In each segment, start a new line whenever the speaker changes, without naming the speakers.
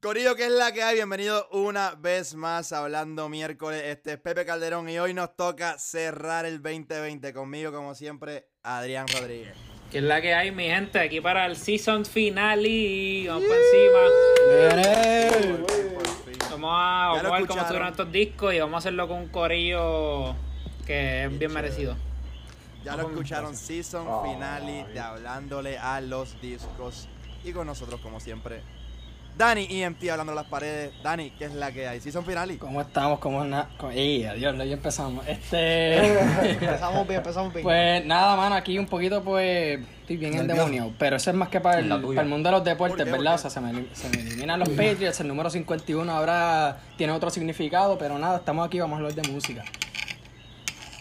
Corillo, que es la que hay. Bienvenido una vez más a hablando miércoles. Este es Pepe Calderón y hoy nos toca cerrar el 2020 conmigo, como siempre, Adrián Rodríguez.
Que es la que hay, mi gente, aquí para el season finale. Vamos por encima. Vamos a
Ya
vamos
lo
a ver cómo
escucharon.
estuvieron estos discos y vamos a hacerlo con un corillo que es bien merecido.
Ya lo escucharon, season finale de hablándole a los discos. Y con nosotros, como siempre, Dani EMT hablando a las paredes. Dani, que es la que hay. Season finale.
¿Cómo estamos? ¿Cómo na- co- ¡Ey, adiós! Ya empezamos. Este...
Empezamos bien, empezamos bien.
pues nada, mano, aquí un poquito pues... Estoy bien endemoniado, pero eso es más que para el, para el mundo de los deportes,
¿Por qué?
¿verdad? O
¿Por qué?
sea, se me, elim- se me eliminan los Patriots, el número 51 ahora tiene otro significado, pero nada, estamos aquí, vamos a hablar de música.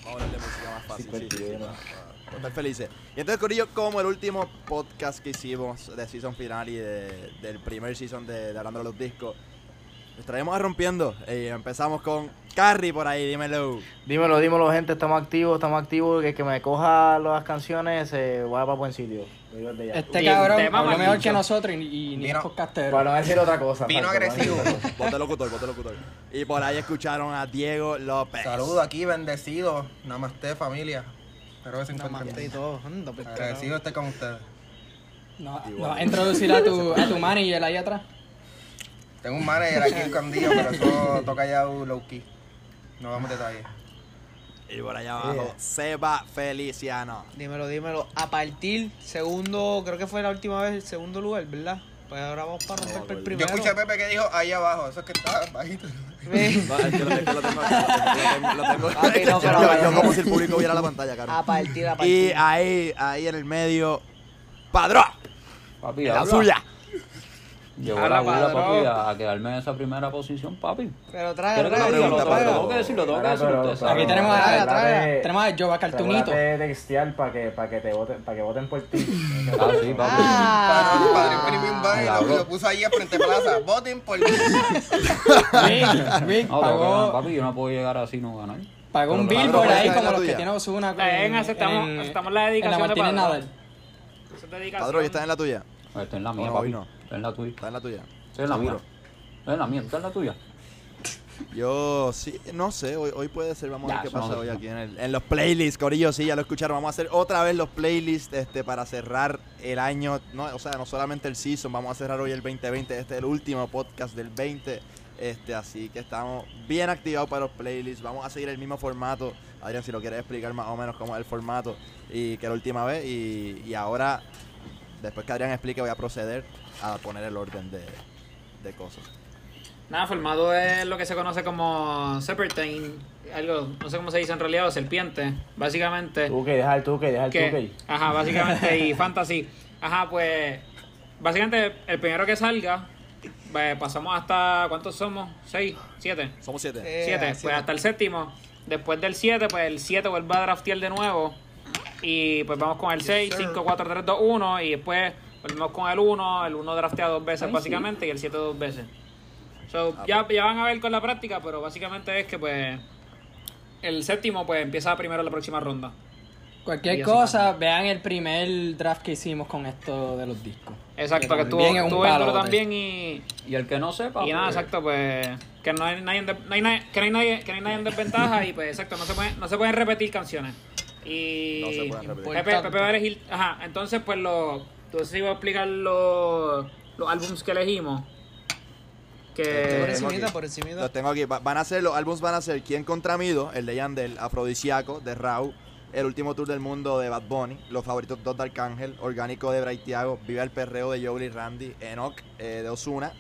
Vamos a hablar de música más fácil. Sí, sí, sí, para- para estar felices. Y entonces, Corillo, como el último podcast que hicimos de season final y de- del primer season de, de Hablando de los Discos, nos traemos a Rompiendo. Y empezamos con Carrie por ahí, dímelo.
Dímelo, dímelo, gente, estamos activos, estamos activos. Que, que me coja las canciones se va para buen sitio. Lo digo desde ya.
Este
Y el
cabrón
tema
habló
mal
mejor
dicho.
que nosotros y, y ni es podcastero.
Para no decir otra cosa.
Vino
falso, para no decir
agresivo.
otra cosa.
Vote locutor, vote locutor. Y por ahí escucharon a Diego López.
Saludos aquí, bendecidos. Namaste, familia. Espero que se encuentren
Mate y
bien.
todo, anda, pues,
Agradecido esté con ustedes.
No, no, introducir a tu, a tu manager ahí atrás.
Tengo un manager aquí escondido, pero eso toca ya un low key. No vamos a detalles.
Y por allá abajo,
Yeah.
Seba Feliciano.
cabrón. Dímelo, dímelo. A partir, segundo, creo que fue la última vez el segundo lugar, ¿verdad? Pues ahora vamos para romper por el
Yo
primero.
escuché a Pepe que dijo ahí abajo. Eso es que está bajito.
Ve,
No, es que lo, es que lo tengo aquí, lo tengo- lo tengo-
Papi, no, pero-
yo, yo como si el público viera la pantalla,
A
caro.
partir, a
Y
partir.
ahí, ahí en el medio, Padrón,
Papi,
la
habla.
suya.
Llevo
Habla,
la vida,
padrón.
papi, a, a quedarme en esa primera posición, papi.
Pero traga,
Quiero que lo
traga,
pregunta,
dímelo,
diga, lo
papi?
tengo-
traga.
lo tengo que decir, lo tengo que
Ahora,
decir
pero-
ustedes.
pero-
Aquí tenemos
Traga,
a,
traga.
tenemos a Jova Cartunito.
Asegúrate de textear para que, para que te voten, para que voten por ti.
Ah, sí,
Padre,
papi.
Ah.
padre imprimí un banner y lo, lo puso ahí a frente plaza. Voten por mí.
Rick, Rick
No, pero que no,
pagó,
papi, yo no puedo llegar así no ganar.
pagó un
Pero,
bill
pero,
por
pero,
ahí
pero,
como
pero,
los que
tuya.
tiene Osuna. con-
Ven, aceptamos- aceptamos la dedicación de
En la Martínez
Padrón.
Nadal.
Eso te dedica
Padrón, está en la tuya.
Está en la mía,
No, hoy
papi.
no.
Está en la tuya.
Está en la tuya.
Está en la mía.
Seguro.
Está en la mía, está en la tuya.
Yo sí, no sé, hoy, hoy puede ser, vamos a ver
Ya,
qué
eso no
pasa
sé.
hoy aquí en, el- en los playlists, Corillo, sí, ya lo escucharon. Vamos a hacer otra vez los playlists este, para cerrar el año, no, o sea, no solamente el season, vamos a cerrar hoy el 2020, este es el último podcast del 20, este, así que estamos bien activados para los playlists, vamos a seguir el mismo formato. Adrián, si lo quieres explicar más o menos cómo es el formato y que la última vez, y, y ahora, después que Adrián explique, voy a proceder a poner el orden de, de cosas.
Nada, formado es lo que se conoce como serpentine, algo, no sé cómo se dice en realidad, o serpiente, básicamente.
Tú que dejar, tú que dejar, tú
que,
que.
ajá, básicamente, y fantasy. Ajá, pues, básicamente, el primero que salga, pues, pasamos hasta, ¿cuántos somos? ¿Seis? ¿Siete?
Somos siete.
Eh,
Siete,
sí.
pues hasta el séptimo. Después del siete, pues el siete vuelve a draftear de nuevo. Y pues vamos con el seis, cinco, cuatro, tres, dos, uno. Y después volvemos con el uno. El uno draftea dos veces, básicamente, y el siete dos veces. So,
Ah,
ya, ya van a ver con la práctica, pero básicamente es que, pues, el séptimo, pues empieza primero la próxima ronda.
Cualquier
Y así
cosa, vean el primer draft que hicimos con esto de los discos.
Exacto, que estuvo,
también es un
estuvo bien duro
palote.
también y,
Y el que no sepa.
y nada,
pues,
exacto, pues que no hay nadie, en de- no hay nadie- que no hay nadie, que no hay nadie en desventaja y pues exacto, no se pueden, no se pueden repetir canciones. Y
No se pueden repetir.
Pepe, Pepe va a elegir, ajá, entonces pues lo, entonces iba a explicar los los álbums que elegimos.
Por
Eh,
Este,
Que
encimita,
aquí.
por encimita.
Los tengo aquí. Va- Van a ser, los álbumes van a ser Quién contra Mido, el de Yandel, Afrodisiaco, de Rau, El último tour del mundo de Bad Bunny, Los favoritos dos de Arcángel, Orgánico de Braithiago, Viva el perreo de Jowly Randy, Enoch eh, de Osuna,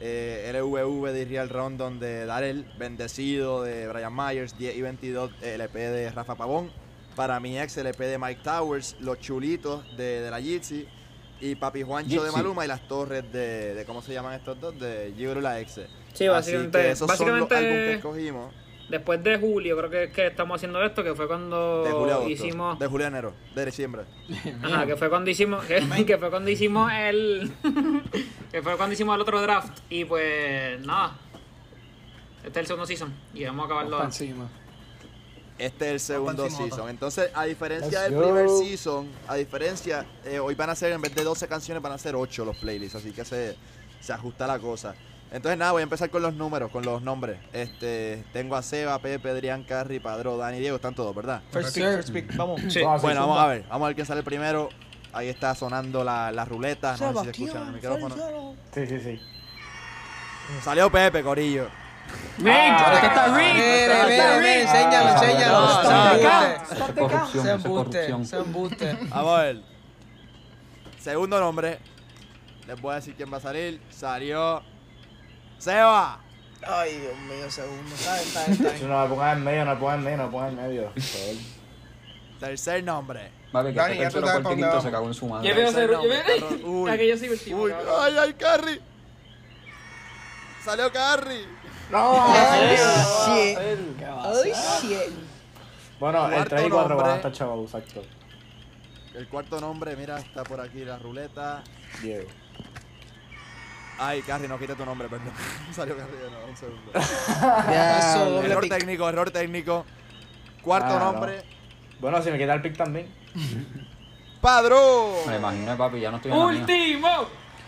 eh, LVV de Real Rondon de Darel, Bendecido de Brian Myers, 10 y 22 LP de Rafa Pavón, Para mi ex LP de Mike Towers, Los Chulitos de, de la Jitsi. Y Papi Juancho de
Gypsy.
Maluma y las torres de, de- ¿cómo se llaman estos dos? De Gigolo y la eh. Exe.
Sí,
Así
básicamente-
que esos
básicamente-
son los álbumes que escogimos
después de julio creo que, es que estamos haciendo esto, que fue cuando
de julio a agosto,
hicimos
de julio a enero, de diciembre.
Ajá, que fue cuando hicimos, que, que fue cuando hicimos el. que fue cuando hicimos el otro draft. Y pues nada. Este es el segundo season. Y vamos a acabarlo.
Pa'
ahora.
encima.
Este es el segundo
encima,
season. Entonces, a diferencia del
Let's go.
primer season, a diferencia, eh, hoy van a ser, en vez de 12 canciones, van a ser 8 los playlists. Así que se, se ajusta la cosa. Entonces nada, voy a empezar con los números, con los nombres. Este, tengo a Seba, Pepe, Adrián, Carri, Padro, Dani, Diego, están todos, ¿verdad?
First serve, first pick.
Vamos.
Sí.
No, así
Bueno,
zumba.
vamos a ver, vamos a ver quién sale primero. Ahí está sonando la, la ruleta, no sé si se escucha en el micrófono.
Sí, sí, sí.
Salió Pepe, Corillo.
Rigged. Está
Mire,
rigged.
mire, mire, enséñalo, enséñalo.
No, no.
Se
Eso es corrupción,
embuste. Se embuste,
eso es corrupción.
se embuste.
Vamos a ver. Segundo nombre. Les voy a decir quién va a salir. Salió. Seba.
Ay, Dios mío, segundo. Está bien, está bien, está
Si
bien.
no la pongas en medio, no la pongas en medio, no la pongas en medio. Por favor.
Tercer nombre.
Vale, que
Dani,
este
ya tú
tercero
sabes por dónde
cuartito se
vamos.
cagó en su
Yo
madre.
veo
Ese
cero. Yo
nombre, cabrón.
veo.
Uy.
Ah, que yo soy el tipo.
Uy,
cabrón.
ay, ay, Carrie. Salió Carrie.
Ay, shit.
Él.
Ay, shit.
Bueno, el
Cuarto
3 y 4 van
nombre.
a estar chavos, exacto.
El cuarto nombre, mira, está por aquí la ruleta.
Diego.
Ay, Carrie, no quita tu nombre, perdón. Salió Carrie de nuevo, un segundo.
Eso, doble
error
pick.
técnico, error técnico. Cuarto
Ah, no.
nombre,
Bueno, si me quita el pick también.
Padrón.
Me lo imaginé, papi, ya no estoy en la mía.
Último.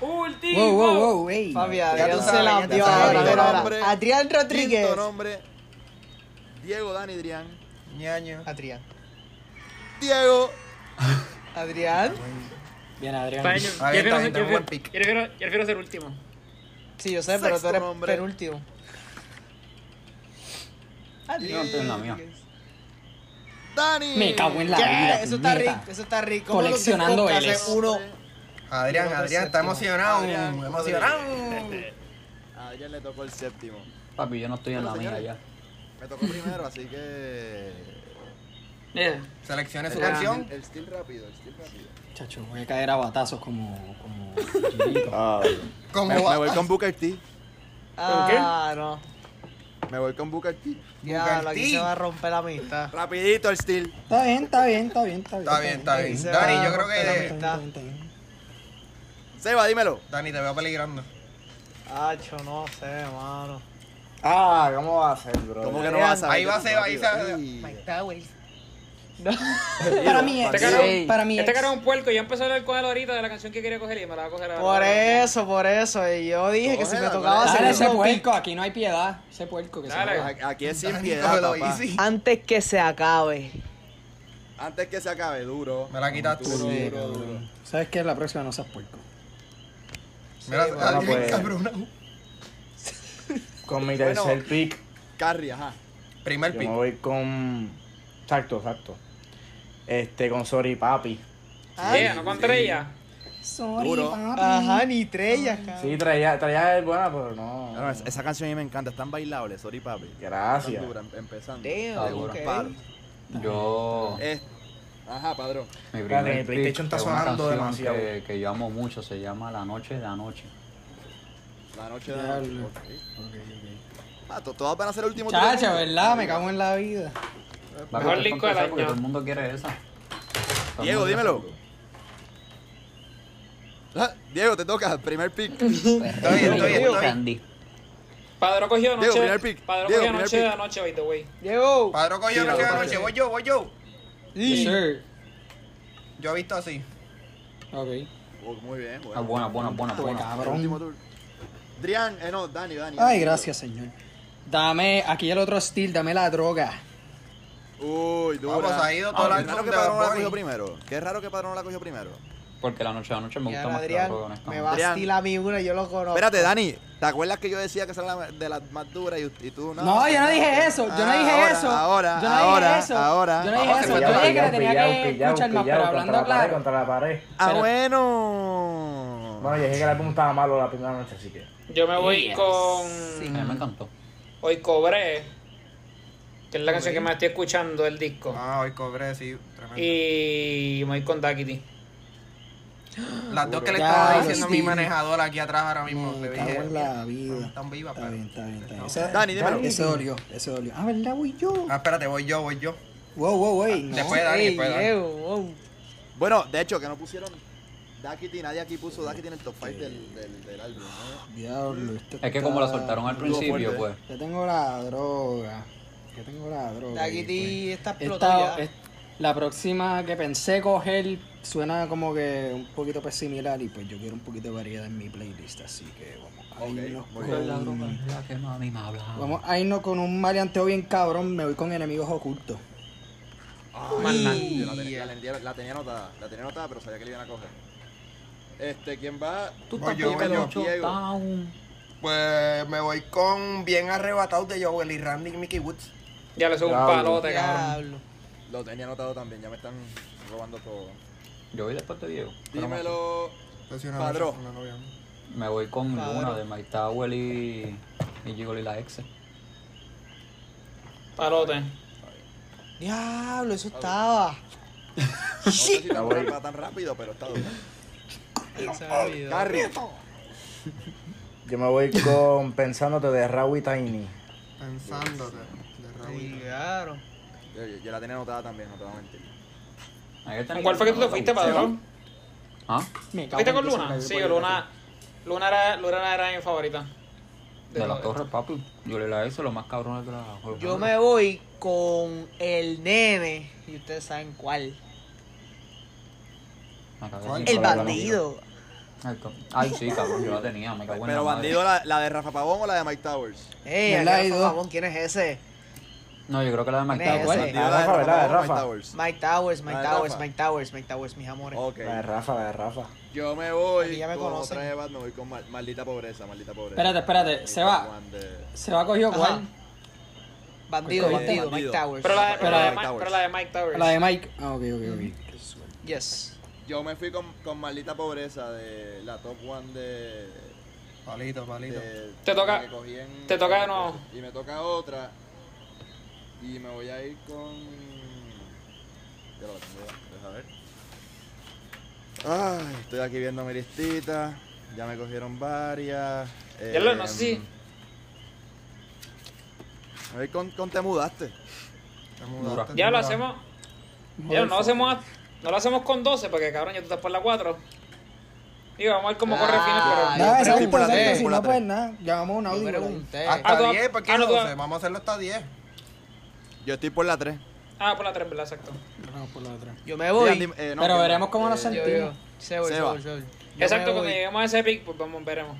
Último.
Wow, wow, wow, ey.
Papi,
Ya tú
Adrián se
sabes,
la
ya
dio
sabes.
ahora, mira,
Nombre.
ahora. Adrián Rodríguez.
Quinto nombre, Diego Dani Drian.
Ñaño.
Adrián.
Diego.
Adrián.
Bien, Adrián.
Paño,
Está
Yo
bien,
quiero
está bien,
ser-
está
yo
un buen
quiero-
pick.
yo quiero- yo quiero ser último.
Sí, yo sé, pero tú
Sexto
eres
nombre.
penúltimo.
Yo estoy en la mía.
Rodríguez.
Dani.
Me cago en la
¿Qué?
vida.
Eso está
puñeta.
rico, eso está rico. ¿Cómo
Coleccionando
los
L's.
podcasts de Uno.
Adrián, Adrián, está emocionado.
Adrián.
Emocionado.
A Adrián le tocó el séptimo.
Papi, yo no estoy en la
Bueno,
mía ya.
señores. Me tocó primero, así que.
Yeah.
Seleccione su canción.
El steel rápido, el steel rápido.
Chacho, voy a caer a batazos como. como. Gilito.
Ah. Me,
Como
me voy con Booker T.
Ah, no.
Me voy con Booker T.
Ya, aquí
T.
se va a romper la amistad.
Rapidito el steel.
Está bien, está bien, está bien, está bien.
Está bien, está bien.
Se
Dani,
va
yo creo
a romper
que.
la amistad.
Seba, dímelo.
Dani, te veo peligrando.
Acho, no sé, mano.
Ah, ¿cómo va a ser, bro?
¿Cómo que no vas a saber?
Ahí va, Seba, ahí Seba.
Uy.
Para mí
Este
es.
cabrón,
Para mí
este
es.
cabrón es un puerco. Yo empecé a hablar con él ahorita de la canción que quería coger y me la va a coger ahora.
Por eso, por eso. Y yo dije que si me
Cógela,
tocaba
cógela.
hacer
Dale ese
eso
puerco, aquí no hay piedad. Ese puerco que se
Dale.
joda.
A- Aquí es sin piedad,
Cógelo
papá.
easy.
antes que se acabe.
Antes que se acabe, duro.
Me la quitas tú.
Duro,
Sí,
duro, duro.
¿Sabes qué? La próxima no seas puerco.
Mira,
bueno,
Adrián,
pues.
cabrón.
Con mi
Bueno.
tercer pick,
Carrie, ajá.
Primer
yo me
pick.
voy con. Exacto, exacto. Este, con Sorry Papi.
Yeah, no contra ella.
Duro.
Ajá, ni estrellas, cabrón.
Sí, traía, traía el buena, pero no.
No, no, es- esa canción a mí me encanta, están bailables, sorry papi.
Gracias.
Están duras, em- empezando.
Damn,
Seguro.
ok.
Palo.
Yo.
Es- ajá, padrón.
Mi
Espérate,
primer
el PlayStation
pick
está
es una
sonando
canción
demasiado.
Que, que yo amo mucho, se llama La Noche de Anoche.
Eh,
La noche de la noche. Ah, to- todas van a ser el último
Chacho,
turno.
¿verdad? Me cago en la vida.
Va
Mejor
a
disco del
porque
año.
todo el mundo quiere esa. Todo el
Diego,
mundo quiere
dímelo.
esa.
Ah, Diego, te toca, primer pick.
Pues,
Estoy, estoy,
Diego
estoy.
Candy.
Padrón cogió
Diego,
anoche.
primer pick.
Padrón
Diego,
cogió
primer
anoche
pick.
de anoche, by the way.
Diego.
Padro coño,
Tíralo,
noche de
padre.
noche. Voy yo, voy yo.
Yes, sir.
Yo he visto así.
Ok.
Oh, muy bien,
Ah, buena, buena, buena,
Pues,
buena.
El último turno. Drian, eh, no, Dani, Dani.
Ay,
Dani.
gracias, señor. Dame, aquí el otro steel, dame la droga.
Uy, dura.
Vamos, ha ido todo
Ah,
el
Qué raro
álbum
que
de
Padrón no
Bad
la
Bunny.
cogió primero. Qué raro que Padrón no la cogió primero.
Porque La Noche de Anoche me
Y
gusta
ahora
más que la
Adrián
droga,
me
honestamente.
va a
Adrián.
estilar a mí una, yo lo conozco.
Espérate, Dani, ¿te acuerdas que yo decía que esa era la- de las más duras y, y tú no?
No, yo no dije eso, yo no
Ah,
dije
ahora,
eso.
ahora,
yo no
ahora,
dije eso.
ahora.
Yo no dije
Ah,
Vamos,
eso.
que
Yo
pillao,
dije que le tenía que
pillao,
escuchar más, pero
pillao, contra la
hablando
pared,
claro.
Contra la pared.
Ah,
Pero-
bueno.
Bueno, yo dije que el álbum estaba malo la primera noche, así que.
Yo me voy con.
A mí me encantó.
Hoy cobré. Que es la canción que más estoy escuchando del disco.
Ah, hoy cobré, sí. Tremendo.
Y me voy con Duckity.
Las dos que le
Ya,
estaba
los
diciendo a mi
Stevie.
manejador aquí atrás ahora mismo.
Me
Le
cago
dije.
en la vida.
Están vivas,
Está
pero.
bien, está bien, está bien.
No.
Ese-
Dani, dímelo.
Ese dolió, ese dolió. Ah, ¿verdad? Voy yo.
Ah, espérate, voy yo, voy yo.
Wow, wow, wey. No.
Después de Dani,
Ey,
después de Dani.
Diego, wow.
Bueno, de hecho, que no pusieron Duckity, nadie aquí puso Duckity en el top 5 del, del, del álbum. ¿no?
Diablo, esto
Es que como la
está-
soltaron al
Estuvo
principio, pues.
fuerte.
Yo tengo la droga. Yo tengo la droga. aquí,
Daquiti está
pues.
explotado
Esta-
ya.
es- la próxima que pensé coger suena como que un poquito pues similar y pues yo quiero un poquito de variedad en mi playlist, así que vamos a
que mami me habla.
Vamos a irnos con un maleanteo bien cabrón. Me voy con enemigos ocultos.
Yo la, tenía, la, tenía, la tenía anotada, la tenía anotada, pero sabía que le iban a coger. Este, ¿quién va?
Tú
Voy yo, voy
pero
yo.
Diego. down.
Pues me voy con bien arrebatado de Joel y Randy y Mickey Woods.
Ya le soy un
Diablo.
palote, cabrón.
Diablo.
Lo tenía anotado también, ya me están robando todo.
Yo voy después de Diego. pero me-
Dímelo.
Entonces, una
Padrón.
noche fue una novia, ¿no?
Me voy con
Padrón.
Luna de My Tower y. Y Gigolo y la ex.
Palote.
Diablo, eso estaba.
No sé si tan, va tan rápido, pero está duro. Carrie,
Yo me voy con pensándote de Rawi Tiny.
Pensándote. De Raúl.
Claro.
yo, yo- yo la tenía anotada también, no te voy a mentir.
¿Con cuál fue que tú te fuiste, padrón?
Ah,
Me cago
¿Fuiste
en
con
que se
Luna?
cayó
Sí,
por ahí.
Luna. Luna era, Luna era mi favorita.
de las torres, papi. Yo le la hice lo más cabrón de la
Yo me voy con el nene. Y ustedes saben cuál.
Me cagué
¿Cuál?
en
El
todo, la
bandido.
mierda. Ay, co- Ay, sí, cabrón, yo la tenía, me cago en
Pero
la madre.
bandido, la, la de Rafa Pavón o la de Mike Towers?
Ey,
¿Verdad,
acá,
Ido?
Ramón, ¿quién es ese?
No, yo creo que la de Mike
Nene,
Tower.
ese.
Bandido,
Ah,
la de
Rafa, ¿verdad?
Pavón o
Rafa.
Mike Towers, Mike
Dale,
Towers,
Rafa.
Mike Towers, Mike Towers, mis amores.
Ok.
La de Rafa, la de Rafa.
Yo me voy
Aquí ya me
con
conocen.
otra de Bat, me voy con mal- maldita pobreza, maldita pobreza.
Espérate, espérate, se va.
Juan de-
Se va cogido
Ajá.
cuál?
Bandido,
Ok, bandido.
bandido, Pues Mike Towers.
Pero la, pero, la de
Mike
Mike,
Towers.
pero la de Mike Towers.
La de Mike. Ah, ok, ok, ok.
Yes.
Yo me fui con, con maldita pobreza de la top one de.
Palito,
Eh,
palito.
de-
Te toca-
la que cogí en-
te toca de nuevo.
Y me toca otra. Y me voy a ir con. Ya lo tengo, deja ver. Ay, estoy aquí viendo mi listita. Ya me cogieron varias.
Ya lo- no sé si-
Em, Me voy em, eh, con, con te mudaste.
Te mudaste,
Ya
te
lo
mudaste.
hacemos. Ya no lo hacemos, no lo hacemos con 12, porque cabrón, ya tú estás por la 4. Digo, vamos a ver cómo corre el final.
Ah,
yo
Nada,
creo que
exacto,
por la tres,
exacto. Si
por la
no,
tres.
pues nada. Llamamos a un
Yo
audio. güey.
Eh,
pregunté.
Ah,
Hasta
tú-
10, ¿por qué
ah, no, tú-
12? Vamos a hacerlo hasta 10.
Yo estoy por la 3.
pero- Ah, por la 3, ¿verdad? Exacto.
No, por la otra.
Ah, Yo me voy.
eh,
eh,
Pero veremos cómo nos
Yo,
sentimos.
yo. Sebo,
Seba.
Sebo, Sebo. Yo
Exacto,
me
cuando
voy
lleguemos a ese pick, pues vamos, veremos.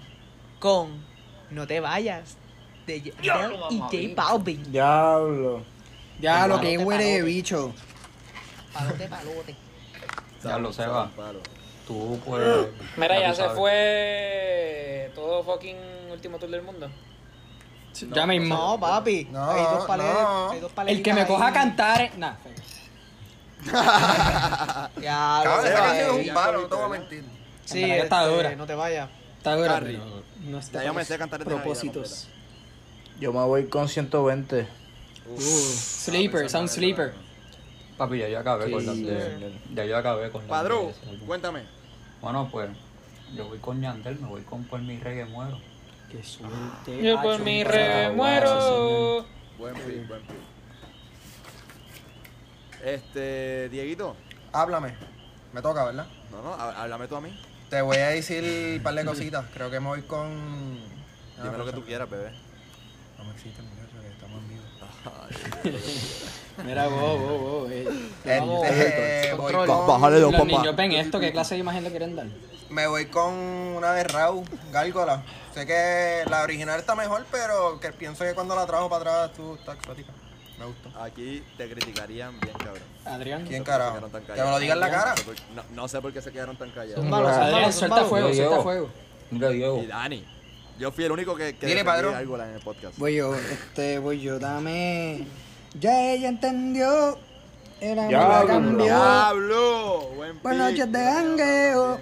Con No te vayas. De J-
Ya
Adele
lo
y
vamos
J
a ver.
Balvin.
Diablo.
Ya, lo que
Palote,
huele de
palote.
bicho.
Palote, palote.
Ya lo sé, va.
Palo.
Tú, pues.
Mira, ya
tú
se
sabes.
fue todo fucking último tour del mundo.
Ya mismo.
No, papi.
No,
hay dos paletas.
no.
Hay dos
El que
paletitas
me coja
ahí.
a cantar es. Nah.
Ya,
Cabrón,
no
esa
te
Seba,
canción
vayas.
es
eh,
un palo,
ya
no te voy a
ahorita,
mentir.
Sí,
Cantaré hasta
este,
ahora.
No te vayas.
Está dura,
Carrie.
pero no
Ya
está
yo
para
me
mis
sé cantar esta
propósitos.
Yo me voy con 120.
Sleeper, sound sleeper.
Papi, ya yo acabé con la de. Ya yo acabé con la
Padrón,
de ese álbum.
cuéntame.
Bueno, pues. Yo voy con Yandel, me voy con por mi reggae muero.
Qué suerte.
Yo por mi re
bravo,
muero.
Buen pick, buen pick. Este, Dieguito,
Háblame. Me toca, ¿verdad?
no, no, há- háblame tú a mí.
Te voy a decir un par de cositas. Creo que me voy con. Ah,
Dime lo que tú quieras, bebé.
No me existe, muchachos, que estamos en vivo.
Mira, wow, wow, wow. eh. Vamos.
Este, voy
Control.
con-
Bájale
Los niños ven esto, ¿qué clase de imagen le quieren dar?
Me voy con una de Raúl, Gárgola. Sé que la original está mejor, pero que pienso que cuando la trajo para atrás tú está exótica. Me gustó.
Aquí te criticarían bien, cabrón.
Adrián.
¿Quién
No sé por qué se quedaron tan callados.
carajo? Que me lo diga en la cara.
No sé por- No, no sé por qué se quedaron tan callados.
Son malos, son
Adrián,
malos, son
suelta
malos.
fuego,
Yo, yo.
suelta fuego.
Mira, Diego.
Y Dani, yo fui el único que, que
Dile,
defendí
padrón.
algo en el podcast.
Voy yo, este, voy yo, dame. Ya ella entendió. Era
Ya,
una
cabrón.
cambió.
¡Diablo! Buen pick.
Buenas noches de gangueo.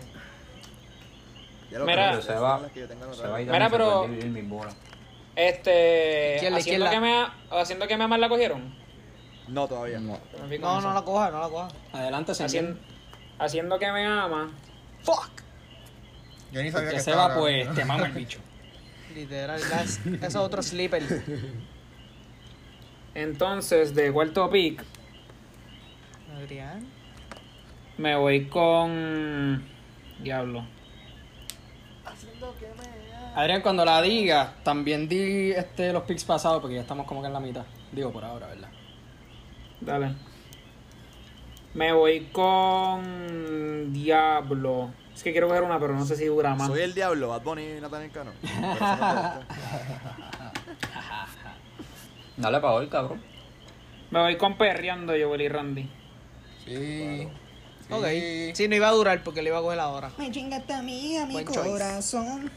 Ya lo
Mira.
creo,
Pero se
Ah, esas
va-
son las que yo tengo
Se
anotadas.
va a ir
Mira,
a
pero-
dividir mis bolas.
Este.
Izquierda,
haciendo,
izquierda.
Que me, a- haciendo que me amas la cogieron.
No, todavía.
Me fui con
No,
esa.
no la coja, no la coja.
Adelante, señor.
Haciendo, haciendo que me ama.
Fuck.
Yo ni sabía
Que
que
se va,
estaba
pues,
grabando.
te mamo el bicho.
Literal, guys. Eso es otro slipper.
Entonces, de cuarto pick,
Adrián.
me voy con. Diablo.
Adrián, cuando la diga, también di este, los pics pasados, porque ya estamos como que en la mitad. Digo por ahora, ¿verdad?
Dale. Me voy con. Diablo. Es que quiero ver una, pero no sé si dura más.
Soy el diablo, Bad Bunny y Nathaniel Cano. Pero eso no cuesta.
Dale pa' hoy, cabrón.
Me voy con perreando yo, Willy Randy.
Sí.
Ok.
Sí.
Sí, no iba a durar porque le iba a coger ahora.
Me chingaste a mí, a mi
Buen choice.
corazón.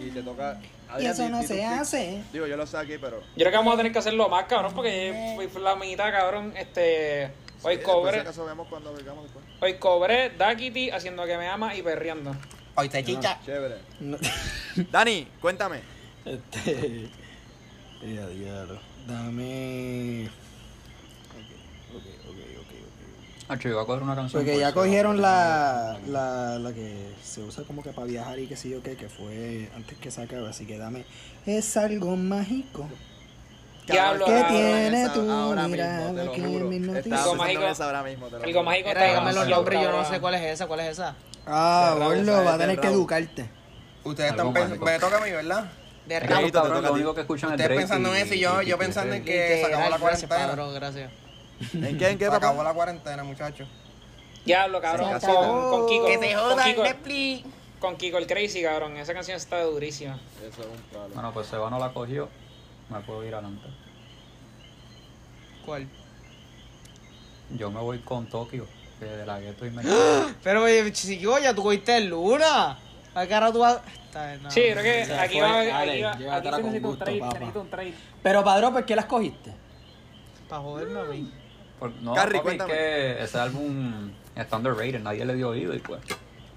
Y te toca.
Y
Adrián,
eso
di-
no
di tu
se
pick.
hace.
Digo, yo lo sé aquí, pero.
Yo creo que vamos a tener que hacerlo más, cabrón,
Eh.
porque fue- fue la mitad, cabrón. Este. Hoy
Sí, después, eh, si
cobré,
acaso vemos cuando llegamos después.
hoy cobré, Dakiti haciendo que me ama y perreando.
Hoy te chicha.
Chévere. Dani, cuéntame.
Este. Ya, diablo. Dame.
Ah, yo iba a coger una canción.
Porque
por
ya
eso.
cogieron la, la, la que se usa como que para viajar y qué sé yo qué, que fue antes que se acabe, así que dame. Es algo mágico.
Diablo,
¿Qué
cabrón.
tiene tu
ahora
mirada
mismo, te lo
que
juro.
me hipnotiza?
Estaba
Algo
pensando en
mágico.
esa ahora mismo, te lo
Algo
juro.
mágico
Era,
está
dígame los
demasiado,
nombres, yo no
cabrón.
sé cuál es esa, cuál es esa.
Ah,
De Raúl,
boludo,
¿sabes?
va a
De
tener que
Raúl.
educarte.
Ustedes
Algo
están pensando.
mágico.
Me toca a mí, ¿verdad?
De
Es que,
rap.
Ahí te
cabrón,
toca a
lo
ti.
único que escuchan es
Ustedes
Drake
pensando en eso y yo- yo pensando en que- se acabó la
Literal, gracias,
cuarentena.
cabrón, gracias.
¿En qué? ¿En qué,
Se
papá?
acabó la cuarentena, muchachos.
Diablo, cabrón.
Se
Con,
acabó.
con Kiko.
Que se
con, Kiko
Netflix.
con Kiko el Crazy, cabrón. Esa canción está durísima.
Eso es un palo.
Bueno, pues Seba no la cogió. Me puedo ir adelante.
¿Cuál?
Yo me voy con Tokio, que de la gueto y me.
¡Ah!
Pero, oye, chico, ya tú cogiste el Luna. ¿A qué hora tú vas? Está bien, no.
Sí, creo que
se
aquí
fue,
va,
dale,
aquí va,
llévatela
aquí se
con
necesita un
gusto,
trade,
papá.
se necesita un trade.
Pero, Padrón, ¿por qué las cogiste?
Para joderme a mí.
Por- no,
Carrie,
papi, es
cuéntame.
que ese álbum está underrated, nadie le dio oído y pues.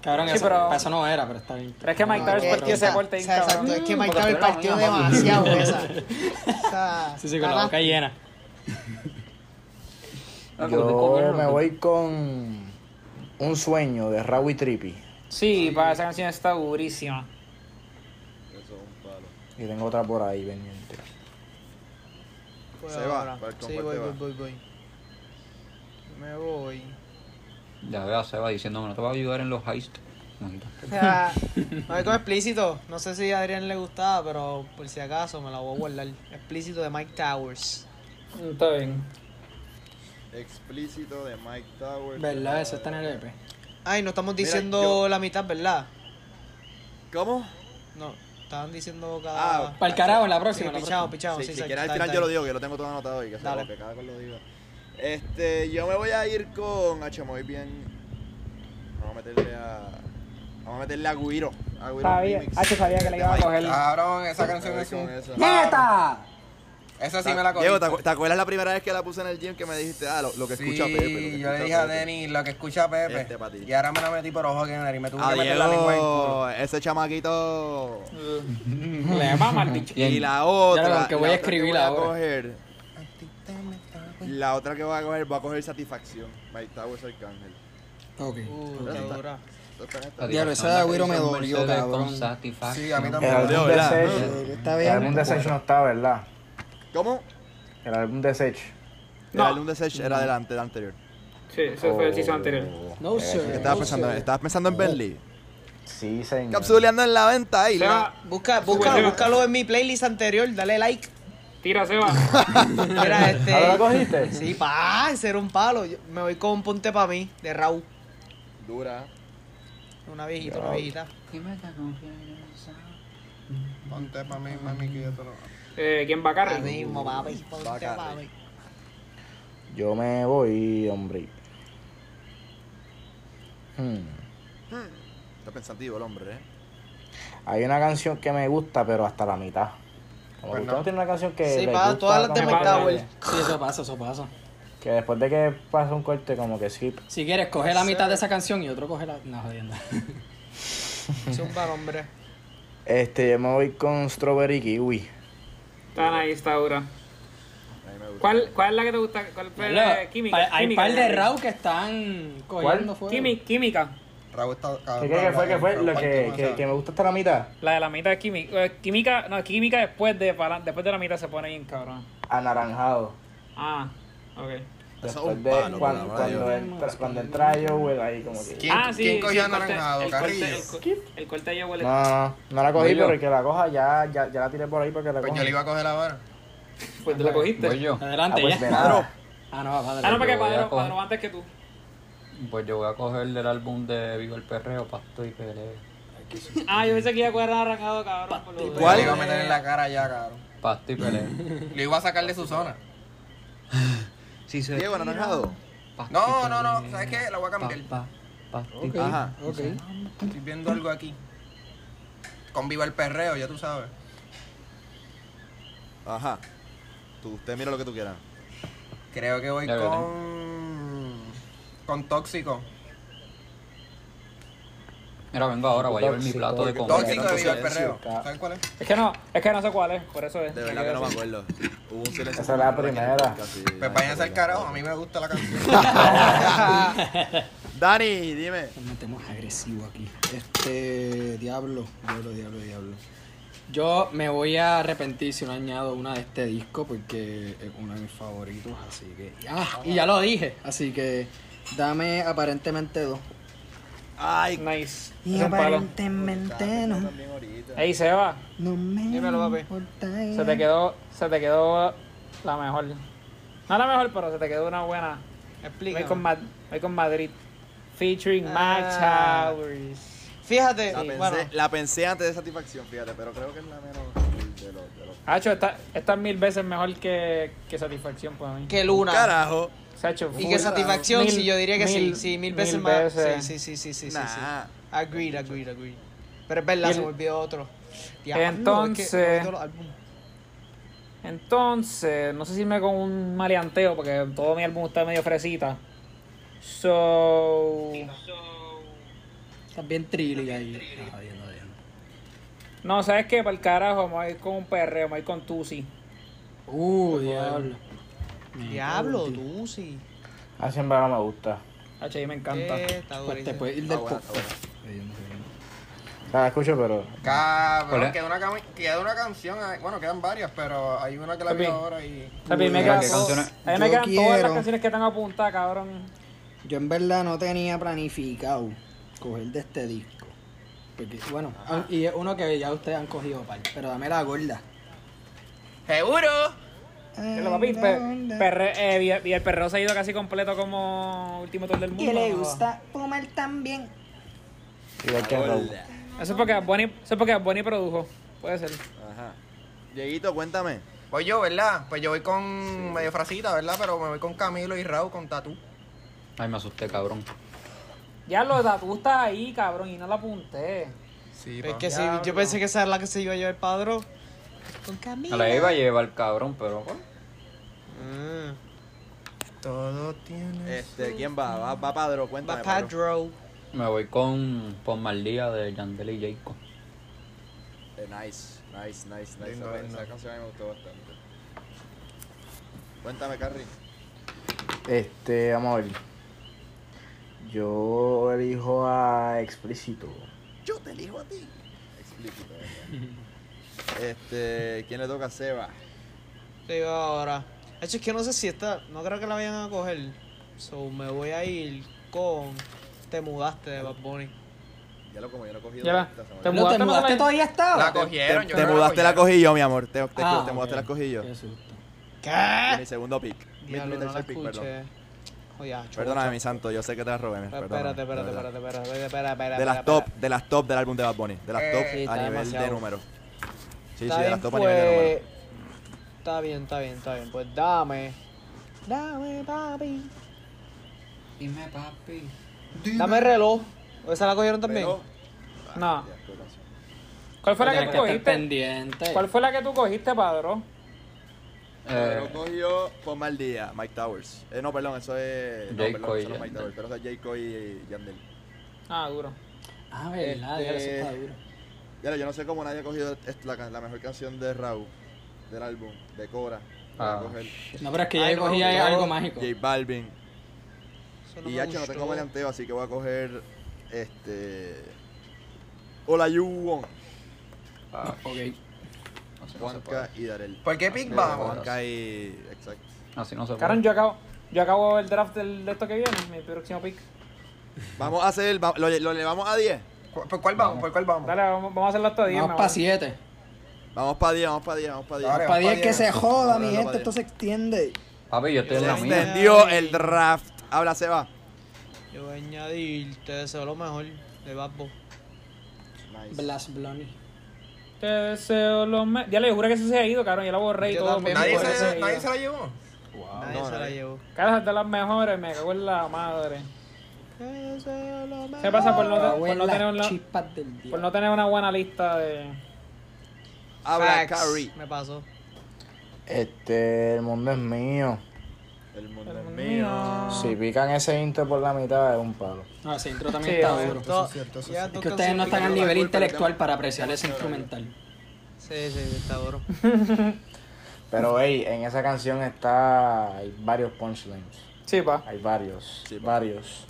Cabrón,
Sí,
eso,
pero-
eso no era, pero está bien.
Pero es que Mike Towers
Ok,
partió
o sea,
ese corte
o
bien
sea,
cabrón.
Exacto, es
Mm.
que Mike
porque
Towers
tú eres
partió
la mía, papi.
demasiado esa. O sea,
Sí, sí, con la boca llena.
Yo
Ah,
Yo me voy con un sueño de Rawi Trippy.
Sí, para esa canción está durísima.
Y tengo otra por ahí pendiente.
Voy
Se va,
ahora.
¿cuál- con
Sí,
cuál
voy,
te
voy,
vas?
voy, voy. Me voy.
Ya veo a Seba diciéndome, no te va a ayudar en los heists. Maldita.
Ah, Me voy con explícito. No sé si a Adrián le gustaba, pero por si acaso me la voy a guardar. Explícito de Mike Towers.
Está bien.
Explícito de Mike Tower.
¿Verdad? Eso está en el E EP.
Ay, no estamos
Mira,
diciendo
yo-
la mitad, ¿verdad?
¿Cómo?
No, estaban diciendo cada.
Ah,
Para el carajo, en la
Sí,
próxima. en la
pichado,
próxima.
pichado.
Sí,
Sí,
si
exacto,
quieres al
está
final
bien,
yo lo
está
digo, que yo lo tengo todo anotado y que se
Dale.
lo que cada cual lo diga. Este, yo me voy a ir con. Hacho, me voy bien. Vamos a meterle a. Vamos a meterle a Guiro. A Guiro
Sabía,
Remix.
ah, yo sabía que le iba a
Mike.
coger.
Cabrón, esa
Me
canción
voy
es
con
un.
esa.
¡Nieta!
Esa sí me la
Ta-
cogí.
Diego, ¿te acu- ¿te acuerdas la primera vez que la puse en el gym que me dijiste, ah, lo, lo que escucha
sí,
Pepe? lo que
yo le
escucha
dije a
Pepe?
Denny lo que escucha a Pepe.
Este pa' ti.
y ahora me la metí por ojo general y me tuve
A
que meter la lengua en el culo.
Ah, Diego, ese chamaquito.
Le mama al bicho.
Y
Bien.
la otra.
Ya lo que
la otra
voy a
que
escribir
voy a
ahora.
coger- la otra que voy a coger, voy a coger satisfacción. Mike Towers Arcángel.
Ok.
Uh, qué dura.
Diablo, esa de Agüero me dolió, cabrón.
Sí, a mí
El
también.
álbum de
¿verdad?
Sech.
Pues
Eh, Está
El
bien.
álbum de Sech no está, ¿verdad?
¿Cómo?
El álbum de Sech.
El álbum de Sech era delante, del anterior.
Sí, eso fue el
Oh.
season anterior.
Eh,
No, sir.
¿Qué estabas
no,
pensando?
sir.
¿Estabas pensando en Bentley?
Sí, señor.
Capsuleando en la venta ahí.
Seba,
Busca,
Sube,
búscalo,
sube.
búscalo en mi playlist anterior, dale like.
tira, Seba.
Mira, este.
¿Ahora lo cogiste?
Sí, pa, ese era un palo. Yo- me voy con un ponte pa' mí, de Raúl.
Dura.
Una viejita, una viejita.
Ponte pa' mí, mami, que yo te lo.
Eh, ¿Quién va a
Así
carry?
mismo, papi. Ponte
bacán.
pa' mí.
Yo me voy, hombre. Hmm.
Está pensativo el hombre, ¿eh?
Hay una canción que me gusta, pero hasta la mitad. Como que
Pues
usted
no.
no tiene una canción que.
Sí,
le
pa,
gusta
todas las de
como
Mike
que-
Tower.
Sí, eso pasa, eso pasa.
Que después de que pasa un corte, como que skip.
Si quieres, coge la mitad de esa canción y otro coge la. No, jodiendo.
Zumba, hombre.
Este, yo me voy con Strawberry Kiwi.
Están ahí, está dura.
A mí me gusta.
¿Cuál, ¿Cuál es la que te gusta? ¿Cuál fue la
Hay
de química?
hay un
Química,
par de
¿no?
Raw que están cogiendo fuego.
Química, química.
Raúl está.
Ah,
¿Qué, qué, qué fue? ¿Qué fue? Lo que, que, que me gusta hasta la mitad.
La de la mitad de química. Eh, química, no, química después de, para- después de la mitad se pone bien cabrón.
Anaranjado.
Ah, ok.
Eso
Después
es un
de
palo, por la
cuando,
madre de
cuando,
Dios.
entra, cuando entra Joel ahí, como que.
¿Quién,
ah, sí,
¿quién
sí,
cogió
el corte-
anaranjado?
el corte-
Carrillo.
el co- El corte de yo huele.
No, no, no, no la cogí,
Voy yo.
pero el que la coja ya, ya, ya la tiré por ahí para que la
Pues
coja.
yo le iba a coger ahora.
Pues te la cogiste.
Voy yo.
Este-
Ah,
Adelante,
pues de
ya.
nada.
Ah, no, va,
Ah, no,
padre.
porque
Yo voy a
cuadro,
coger-
cuadro antes que tú.
Pues yo voy a coger del álbum de Vivo el Perreo, Pasto y Pelea.
Ah, yo pensé que iba a coger arrancado, cabrón. por lo-
¿Cuál?
Le iba a meter en la cara ya, cabrón.
Pasto y Pelea.
Lo iba a sacar de su zona.
Sí, se
Diego Naranjado.
No, no, no. ¿Sabes qué? La voy a cambiar.
Pasto y
Ok,
Pelea.
Ah,
Ajá.
ok.
Estoy viendo algo aquí. Con Viva el Perreo, ya tú sabes.
Ajá. Tú, usted mira lo que tú quieras.
Creo que voy
Ya veré.
con.
¿eh?
Con Tóxico.
Mira, vengo ahora, voy a llevar mi plato de comida.
Tóxico de Viva el Perreo. ¿Sabes cuál es?
Es que no, es que no sé cuál es, por eso es.
De verdad que no me acuerdo. Hubo un silencio.
Esa es la primera.
Casi-
Pues váyanse al carajo, a mí me gusta la canción.
Dani, dime.
Nos metemos agresivo aquí. Este. Diablo, diablo, diablo, diablo.
Yo me voy a
arrepentir si no añado una de este disco porque es uno de mis favoritos, así que... Ah, y ya lo dije, así que dame aparentemente dos.
Ay,
Nice.
Y
Es un palo.
aparentemente no,
Ey, Seba,
no me
Dímelo, papi.
importa.
se te quedó, se te quedó la mejor. No la mejor, pero se te quedó una buena. Voy con,
Explica.
Mad- voy con Madrid. Featuring Max
Ah.
Towers.
Fíjate,
la pensé,
bueno,
la pensé antes de satisfacción, fíjate, pero creo que es la menos de los. De los...
Hacho, esta, esta es mil veces mejor que, que Satisfacción para mí.
que Luna.
Carajo.
Sacho,
Y que satisfacción,
Mil-
sí, yo diría que sí,
mil-
sí, mil
mil
veces más.
veces.
Sí, sí, sí, sí, sí, sí, sí.
Nah.
Agreed, agreed, agreed. Pero es verdad,
Y
se
el-
me olvidó otro. Diablo, es que
Entonces-
no he visto los álbumes.
Entonces, no sé si irme con un maleanteo, porque todo mi álbum está medio fresita. So.
Estás bien trilly ahí. Ah, bien, bien.
No, ¿sabes qué? Para el carajo, me voy a ir con un perreo, me voy a ir con Tusi. Pues,
Uh, diablo.
Diablo, tú sí.
A siempre Ah, no me gusta.
Hacho, ahí me encanta.
Eh, está
Pues te
durísimo.
puedes ir
Ah,
del
buena,
pop.
está buena.
O sea, la Ah, escucho, pero.
¿Cuál
Cabrón,
es?
queda una, cami- queda una canción, ahí- bueno, quedan varias, pero hay una que la vi
Papi.
ahora y...
A mí me
Mira
quedan,
qué
canciones.
a mí me quedan
Yo
todas las
quiero-
canciones que tengo apuntadas, cabrón.
Yo en verdad no tenía planificado coger de este disco. Porque, bueno, ah, y es uno que ya ustedes han cogido, par, pero dame la gorda.
¡Seguro!
Pero, papi, pe- perre- eh, vi- vi el perreo se ha ido casi completo como último tour del mundo.
Y le
¿no?
gusta comer también.
Igual que Raúl.
Eso es porque Bad Bunny, eso es porque Bad Bunny produjo. Puede ser.
Ajá. Dieguito, cuéntame.
Voy yo, ¿verdad? Pues yo voy con medio frasita, ¿verdad? Pero me voy con Camilo y Raúl con Tatú.
Ay, me asusté, cabrón.
Ya lo tú estás ahí, cabrón, y no la apunté.
Sí,
Es que sí, yo pensé que esa era la que se iba a llevar Padro. Con
Me
Camila.
la iba a llevar, cabrón, pero bueno.
Mm.
Todo tiene...
Este, ¿quién va? Va, va Padro, cuéntame.
Va
Padro.
Padro.
Me voy con Pon Maldía de Yandel y Jacob.
Eh, nice, nice, nice, nice.
Lindo,
Esa-
lindo.
Esa canción a mí me gustó bastante. Cuéntame, Carrie.
Este, vamos a ver. Yo elijo a Explícito.
Yo te elijo a ti. Explícito. ¿verdad? este, ¿quién le toca a Seba?
Te iba ahora. De hecho, es que no sé si esta. No creo que la vayan a coger. So, me voy a ir con. Te mudaste de Bad Bunny.
Ya lo como yo no he cogido.
Ya la-
esta, se me
te
olvidó.
No,
mudaste,
te
no
mudaste
me-
todavía estaba.
La cogieron,
Te-
yo
te
creo que
mudaste la
cogieron.
cogí yo, mi amor. Te, te,
Ah,
te mudaste
ok.
la cogí yo.
Qué susto.
De
¿Qué?
Mi segundo pick. Mi, mi
Diablo, no la
tercer pick, perdón.
escuché. Joder, chucha.
Perdóname, mi santo. Yo sé que te la robé.
Espérate,
perdóname,
espérate,
de
espérate,
verdad.
espérate, espérate, espérate, espérate.
De las
espérate.
top, de las top del álbum de Bad Bunny. De las
Eh,
top
sí, está
a nivel de
demasiado.
número. Sí, sí,
Está
de
bien,
las top a nivel de número.
pues. Está bien, está bien, está bien. Pues dame. Dame, papi.
Dime, papi.
Dame el reloj. ¿O esa la cogieron también?
Pero- Ah,
No.
Ya, qué canción.
¿Cuál fue la que
Tienes
tú
que estar
cogiste?
pendiente.
¿Cuál fue la que tú cogiste, Padro?
Pero
Eh,
cogió por mal día, Mike Towers. Eh, no, perdón, eso es. No,
Jay
perdón,
Coy
eso no es
y
Mike Towers,
Yandel.
pero eso es Jayco y Yandel.
Ah, duro.
Ah, verdad, diablo, eso está duro.
Ya, yo no sé cómo nadie ha cogido est- la, can- la mejor canción de Raúl, del álbum, de Cora. para
Ah.
coger
No, pero es que
Ay,
ya
no,
cogí ahí
yo-
algo mágico.
J Balvin.
Eso
y
me
ya, hecho, no
gustó.
tengo maleanteo, así que voy a coger. Este. Hola, You Won.
ah,
Ok.
así, no se
Juanca
puede.
y Darel.
¿Por qué pick vamos?
Juanca y. Exacto.
así no se puede.
Cabrón, yo acabo, yo acabo el draft del, de esto que viene, mi próximo pick.
Vamos a hacer. va- Lo, lo elevamos a 10.
¿Cu- ¿Por cuál vamos? ¿Por cuál vamos?
Dale, vamos, vamos a hacerlo hasta 10.
Vamos para 7.
Vamos para 10, vamos para 10, vamos para 10.
Dale,
Para 10
pa'
que
diez.
se joda,
Ahora
mi
no, pa'
gente,
diez.
esto se extiende.
Papi, yo estoy en la
Se
mía.
extendió el draft. Habla, Seba.
Yo voy a añadir Te deseo lo mejor de Babbo.
Blas Blonny.
Te deseo lo me... Ya le juro que eso se ha ido, cabrón. Ya la borré y
Yo
todo.
también
porque
Nadie
por
eso
eso
se,
he
ido.
nadie se la llevó.
Nadie se la llevó.
Caras de las mejores, me cago en la madre.
Te deseo lo mejor.
¿Qué pasa por no,
Cago
por
en
no tener
las
una,
chispas del
por
día.
no tener una buena lista de.
Habla,
Facts.
Carrie.
Me pasó.
Este, el mundo es mío.
El mundo
El
es
mundo
mío.
mío.
Si pican ese intro por la mitad es un palo.
No, ese intro también
Sí,
está
es
duro.
Todo-
es cierto, eso es
ya
cierto.
dos
Es que ustedes no
canciones
están al
que-
nivel intelectual para apreciar ese instrumental.
Sí, sí, está duro.
Pero hey, en esa canción está. hay varios punchlines.
Sí, pa.
Hay varios.
Sí, pa.
varios.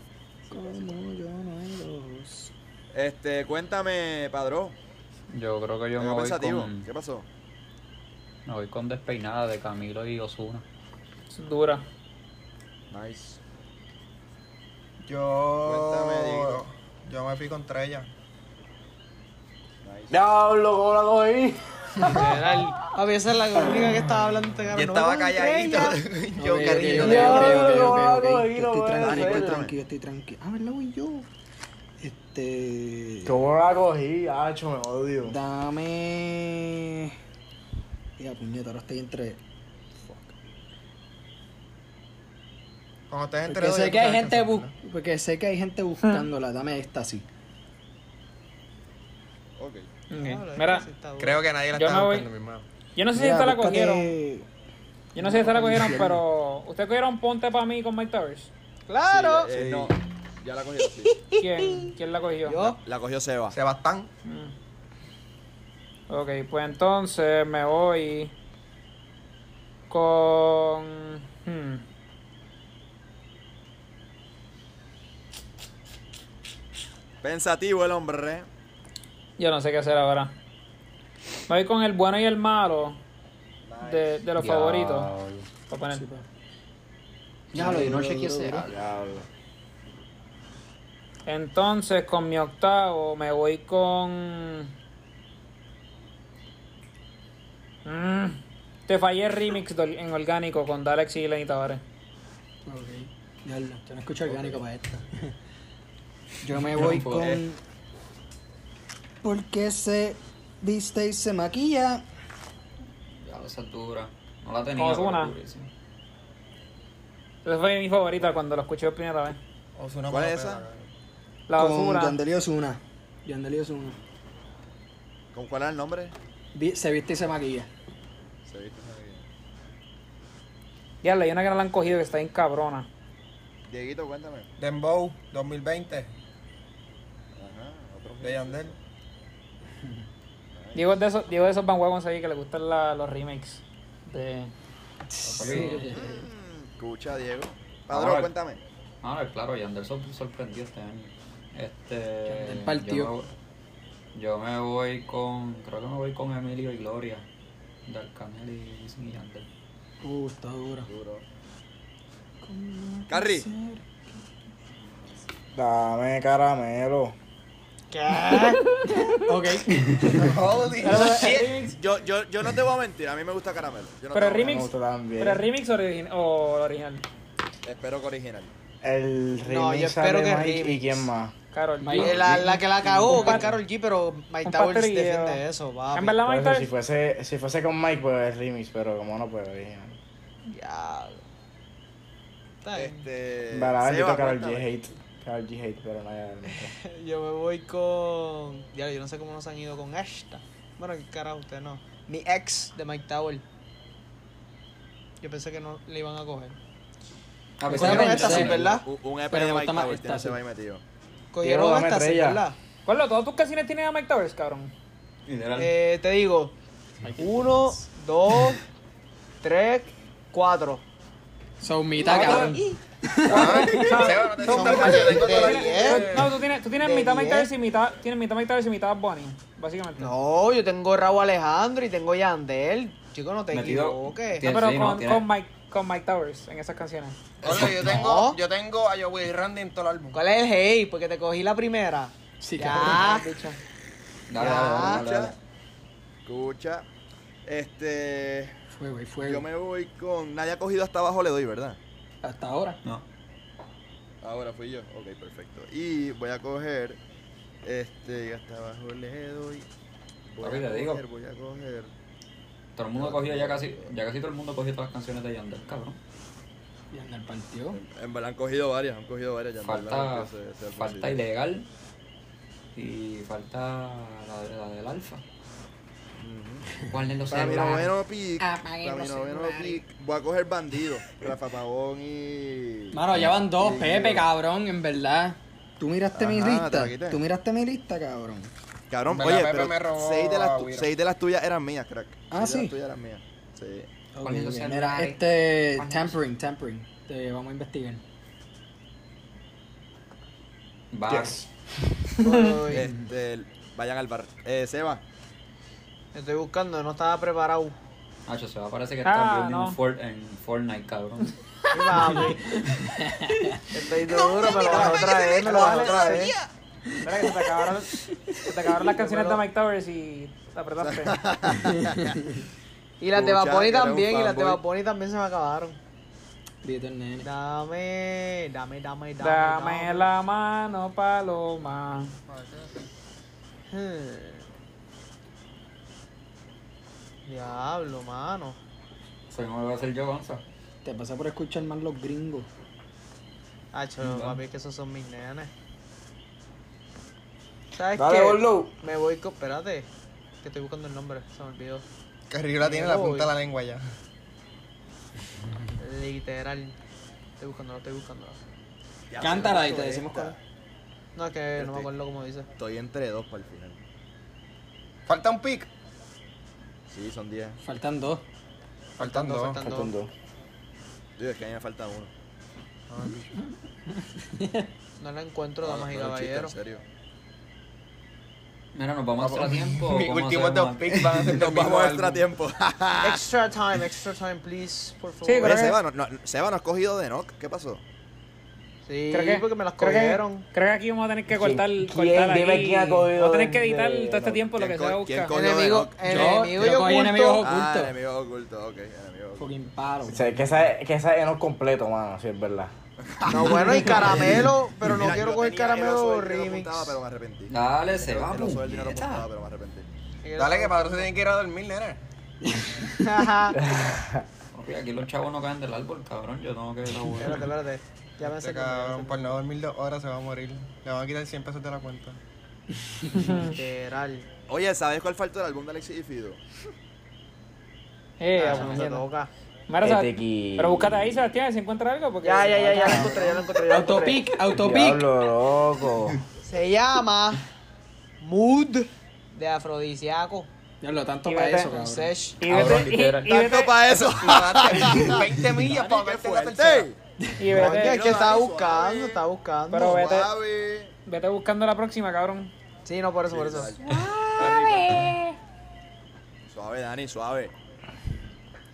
Como yo no he los-
Este, cuéntame, Padró.
Yo creo que yo me
Algo
voy,
pensativo.
con,
¿Qué pasó?
me voy con Despeinada de Camilo y Osuna.
Es dura.
Nice. Cuéntame,
Yo.
Diego.
Yo me fui contra ella.
¡Diablo! ¿Cómo la cogí?
Literal. A veces la única que estaba hablando este te ganó.
Yo estaba calladito. Yo,
Ok, ok, ok,
cariño.
ok,
yo-
ok,
Diablo,
ok, ok.
mano,
Yo
no puede
estoy tranquilo,
ser.
estoy tranquilo, estoy tranquilo. Ah, ¿verdad, voy yo? Este...
¿Cómo la cogí? Hacho, me odio.
Dame... Ya, puñeta, ahora estoy entre...
Cuando estés entre
Porque
dos,
sé
ya
que
tú
hay
sabes
gente
hacer,
bus-
¿verdad?
Porque sé que hay gente buscándola. Dame esta, sí.
Ok.
Ok. Mira,
Creo que nadie la
Yo
está
me voy-
buscando, mi hermano.
yo no sé si
Mira,
esta la
búscate-
cogieron. Yo no sé si esta la cogieron,
Infierno.
pero. ¿Ustedes cogieron Ponte para mí con Mike Towers?
Claro.
Sí, eh, no, ya la cogió, sí.
¿Quién? ¿Quién la cogió?
Yo,
La cogió Seba.
Sebastián.
Mm. Ok, pues entonces me voy con... hmm.
Pensativo el hombre.
Yo no sé qué hacer ahora. Me voy con el bueno y el malo de, de los favoritos.
Diablo.
Para poner.
Ya lo de noche que se
Entonces con mi octavo me voy con... Mm, Te fallé el remix de ol- en orgánico con Dalex y Lenny Tavares.
Ok. Ya, lo- yo no escucho orgánico para esta. Yo eh. me voy
puedo.
con... Porque se viste y se maquilla.
Ya, esa es dura. No la tenía.
Con
pero
Ozuna.
es durísima.
Esa fue mi favorita cuando la escuché por primera vez.
Ozuna
¿Cuál
me la
es esa?
pela,
La
con
basura.
Yandel y Ozuna. Yandel y Ozuna.
¿Con cuál era el nombre?
Vi- se viste y se maquilla.
Se viste esa vida.
Ya, hay una que no la han cogido que está bien cabrona.
Dieguito, cuéntame.
Dembow 2020
Ajá, otro.
de Yandel.
Diego es de esos, Diego es de esos bandwagons ahí que le gustan la- los remakes. De...
Escucha, Diego.
Ahora-
Padrón, cuéntame.
Ah, claro, Yander sor- sorprendió este año. Este.
Yander partió.
Yo me, voy- yo me voy con. Creo que me voy con Emilio y Gloria. De Arcángel y Wisin y Yander.
Uh, está dura.
Duro. Carrie.
Dame caramelo.
Ok.
Holy
Yo, yo, yo no te voy a mentir, a mí me gusta caramelo. Yo no
Pero
te voy a
Remix.
Me gusta también.
¿Pero el remix origi- o el original?
mentir. Espero que original.
El remix
No, yo espero
sale
que
Mike
remix.
¿Y quién más?
Carol.
Mike.
G.
Eh, la, la que la cagó fue
Comparte-
Carol G, pero Mike
comparte
Towers
el video.
defiende eso, papi.
En verdad,
Por
Mike
eso, si
Towers.
fuese, si fuese con Mike, pues es remix, pero como no, pues original.
Diablo. Está bien. Eh,
Este.
Para yo
Seba,
tocar el G
cuéntame.
hate. Carol G hate, pero no hay realmente.
Yo me voy con. Ya, yo no sé cómo nos han ido con esta. Bueno, qué carajo, usted no. Mi ex de Mike Tower. Yo pensé que no le iban a coger.
A
pesar
Cogieron
de-
esta sí,
Pues sí.
¿verdad?
Un, un EP de
Pero me
Mike
gusta más
Towers
esta,
tiene ese
sí.
ahí metido.
Diego,
Cogieron
dame
esta sí,
estrella.
¿verdad?
Carlos, todos tus canciones tienen a Mike Towers, cabrón.
Literal.
Eh, te digo: uno, dos, tres, cuatro.
Son mitad, cabrón.
Seba, no te
Son
sientas
más
mal, yo tengo
de
todo el-
diez.
No, tú tienes, tú tienes
De
mitad Mike
diez.
Towers y mitad. Tienes mitad Mike Towers y mitad Bonnie, básicamente.
No, yo tengo Raúl Alejandro y tengo Yandel. Chico, no te
Metido.
equivoques.
No,
Tien-
pero
sí, no,
con,
tiene-
con, Mike, con Mike Towers en esas canciones.
Oye, yo tengo, yo tengo a Joey y Randy en todo el álbum.
¿Cuál es el hate? Porque te cogí la primera.
Sí,
ya.
Dale,
ya.
dale, dale, dale, dale.
Escucha. Este.
Fuego y
Yo
fuego.
me voy con. Nadie ha cogido hasta abajo, le doy, ¿verdad?
Hasta ahora.
No.
Ahora fui yo. Ok, perfecto. Y voy a coger. Este, y hasta abajo le doy. Voy
Papi,
a
te
coger,
digo.
voy a coger.
Todo el mundo cogió ya casi, ya casi todo el mundo cogió todas las canciones de Yandel, cabrón.
Y anda el panteón.
En verdad han cogido varias, han cogido varias ya. en verdad,
Falta,
porque se- se
falta
pusieron.
ilegal y falta la, de- la del alfa. Guarden los
Para mi
celulares.
noveno pick.
Apaguen
Para mi
los
noveno
celulares.
pick. Voy a coger bandido. Rafa Pavón y.
Mano, ya van dos,
y-
Pepe, cabrón, en verdad.
Tú miraste mi
Ajá, te la
lista.
quité.
Tú miraste mi lista, cabrón.
Cabrón,
Verdad,
oye,
Pepe
pero
me robó
seis, de las
a
tu-
Guira.
seis de las tuyas eran mías, crack.
Ah,
Seis
sí.
de las tuyas eran mías. Sí.
Ok,
Poniendo
ok. Mira,
celulares.
este.
Poniendo-
Tampering, tampering. Te vamos a investigar.
Vas.
Este, el- vayan al bar. Eh, Seba.
Estoy buscando, no estaba preparado.
Nacho, se va a parecer que
Ah,
está building
no.
Fort en Fortnite, cabrón.
Sí, papi. Estoy duro, me lo vas a traer, me lo vas a traer.
Espera que se te acabaron, se te acabaron las canciones de Mike Towers y te apretaste.
Y las de
Escucha,
Vaponi
que eres un
también, y las de
fanboy.
Vaponi también se me acabaron.
Dito el nene.
Dame, dame, dame, dame.
Dame la mano, paloma.
Hmm. Diablo, mano.
Eso mismo lo voy a hacer yo, Gonza.
Te pasa por escuchar más los gringos.
Ah, chulo, papi, que esos son mis nenes. ¿Sabes
Dale,
qué?
Borlo.
Me voy con. Espérate, que estoy buscando el nombre, se me olvidó.
Carriola tiene la punta de la lengua ya.
Literal. Estoy buscándolo, estoy buscándolo.
Cántala y te decimos cuál.
No, es que no
Espérate.
me acuerdo cómo dice.
Estoy entre dos para el final.
Falta un pick.
Sí, son diez.
Faltan dos.
Faltan dos.
faltan
Faltan
dos.
dos.
Digo, es que a mí me falta uno.
No la encuentro,
Ah,
damas y
no, no, chiste, en
caballeros.
serio.
Mira, nos vamos a extra tiempo.
Mis
¿Cómo
últimos
hacemos?
dos picks van a ser del
Nos
mismo
vamos a extra
álbum.
tiempo. Ah,
Extra time, extra time, please, por favor.
Sí,
Sí,
creo
Oye,
que-
Seba, no, no, Seba, ¿no has cogido de Nock? ¿Qué pasó?
porque me las
creo que-
cogieron.
creo que aquí vamos a tener que cortar.
¿Quién?
cortar
Dime
aquí.
quién ha cogido
Vamos a tener que
de-
editar todo este
no.
tiempo lo que
¿Quién
se va a
co- quién
buscar.
co- Coño,
Enemigo,
Enoch.
enemigo
yo
y
cogí enemigos
oculto.
ocultos.
Ah, enemigo oculto, ok, enemigo oculto.
Fucking paro.
O sea, que esa, que esa es no completo, mano, si es verdad.
No, bueno, y caramelo, pero no
Mira,
quiero
yo
coger
tenía el
caramelo
oso del dinero
remix.
apuntado, pero me arrepentí.
Dale,
El-
Ah, se va,
el oso del dinero
puñeta.
apuntado, pero me arrepentí.
Dale, que Padre se tiene que ir a dormir, nena.
espérate,
Papi, aquí los chavos no caen del árbol, cabrón. Yo tengo que ir a jugar.
espérate. Ya me
Este
sé que me
cabrón, por no dormir dos horas se va a morir. Le van a quitar 100 pesos de la cuenta.
Literal. Ah,
Oye, ¿sabes cuál faltó del álbum de Alexis y Fido?
Eh,
Ah,
vamos,
se
entiendo.
toca.
Mira, Seb-
Etequi.
pero búscate ahí, Sebastián, si encuentras algo. Porque
Ya, ya, ya, ya lo encontré, ya lo encontré. ya lo encontré.
Autopic, autopic.
Diablo, loco.
Se llama Mood de Afrodisiaco.
Diablo, tanto
Y
para
vete.
eso,
Con
cabrón.
Sesh.
Y
Cabrón,
vete, y,
literal.
y vete,
para eso!
Pagaste 20 millas para
¡Qué
verte la
fuerte!
tercera.
y
Oye,
vete,
es que estaba
suave.
buscando, estaba buscando.
Pero vete.
Suave.
vete buscando la próxima, cabrón.
Sí, no, por eso, por eso.
Suave, Dani, suave.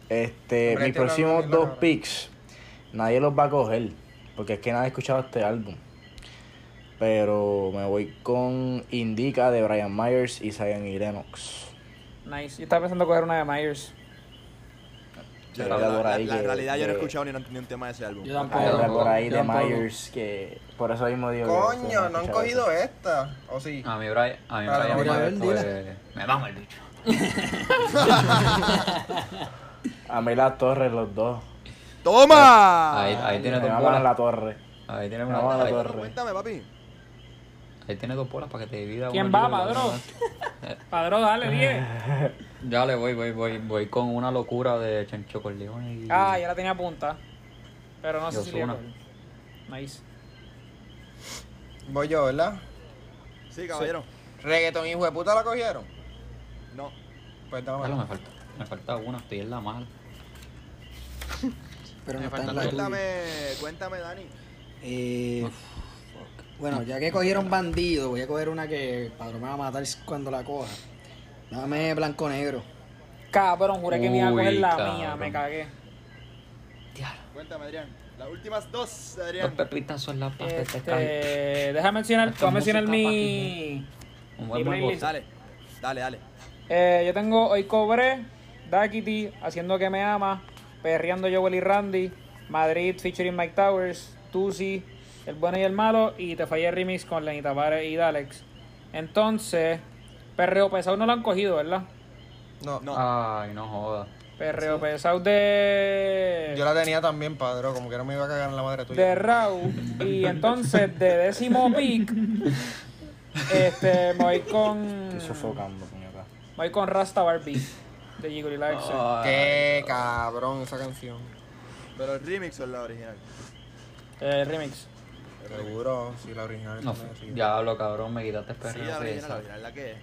Este,
Hombre,
mis
este no
próximos
lo- no lo
dos
logra.
picks, nadie los va a coger, porque es que nadie ha escuchado este álbum. Pero me voy con Indica de Brian Myers y Zion y Lennox.
Nice. Yo estaba pensando coger una de Myers.
Yo,
Pero
la,
por
la-
ahí
la
que-
realidad yo no he
que-
escuchado ni, un- ni un tema de ese álbum.
Yo tampoco.
Hay otra por ahí de
tampoco.
Myers que por eso mismo digo. que ustedes
Coño, no han
escuchado
cogido
eso.
esta. ¿O sí?
A mí, Brian, a mí,
Para la
Brian,
primera
pues,
vez,
pues, me mamo el bicho.
A mí las este. torres, los dos.
¡Toma!
Ahí, ahí tiene
Me
dos
maman la
bolas.
torre.
Ahí tiene
Me maman
una.
la
Ahí,
torre.
Cuéntame, papi.
ahí tiene dos bolas para que te divida.
¿Quién
uno y
va,
yo,
padrón?
cabrón.
Padrón,
Ah.
dale, 10.
Ya le voy, voy, voy, voy con una locura de Chancho Corleone y
Ah, ya la tenía punta. Pero no sé si le
Ozuna.
Nice.
Voy yo, ¿verdad?
Sí, caballero.
Reggaeton, hijo de puta, la cogieron.
No.
Pues
Ah,
dame.
no, me falta, me falta una, estoy en la mala.
Pero no
Me
están
faltan
las
dos.
tuyas.
Cuéntame, cuéntame, Dani.
Eh, bueno, ya que cogieron bandido, voy a coger una que Padrón me va a matar cuando la coja. Dame blanco negro.
Cabrón, juré que me iba a
Uy,
coger la
cabrón.
mía. Me cagué.
Cuéntame, Adrián. Las últimas dos,
Los
Adrián.
pepitas son las pastas de este cal.
Este, deja mencionar,
Esta
voy a mencionar
música,
mi.
Un
mi
buen buen
playlist.
Dale, dale, dale.
Eh, yo tengo Hoy Cobré, Dakity, Haciendo que me ama, Perreando Joel y Randy, Madrid featuring Mike Towers, Tusi, El bueno y el malo. Y te fallé el remix con Lenny Tavares y Dalex. Entonces, Perreo Pesado no lo han cogido, ¿verdad?
No,
Ay, no joda.
Perreo Pesado de.
Yo la tenía también, padre, como que no me iba a cagar en la madre tuya.
de Raw y entonces de décimo pick este me voy con
Estoy
me
sofocando, puñeta.
voy con Rasta Barbie de Jiggly Larson
Ah.
Qué cabrón esa canción.
Pero el remix o la original.
el remix
Seguro, sí, la original.
No,
sí.
diablo, cabrón, me quitaste el
Sí,
perreo
la original, la
pesado.
original, la que es.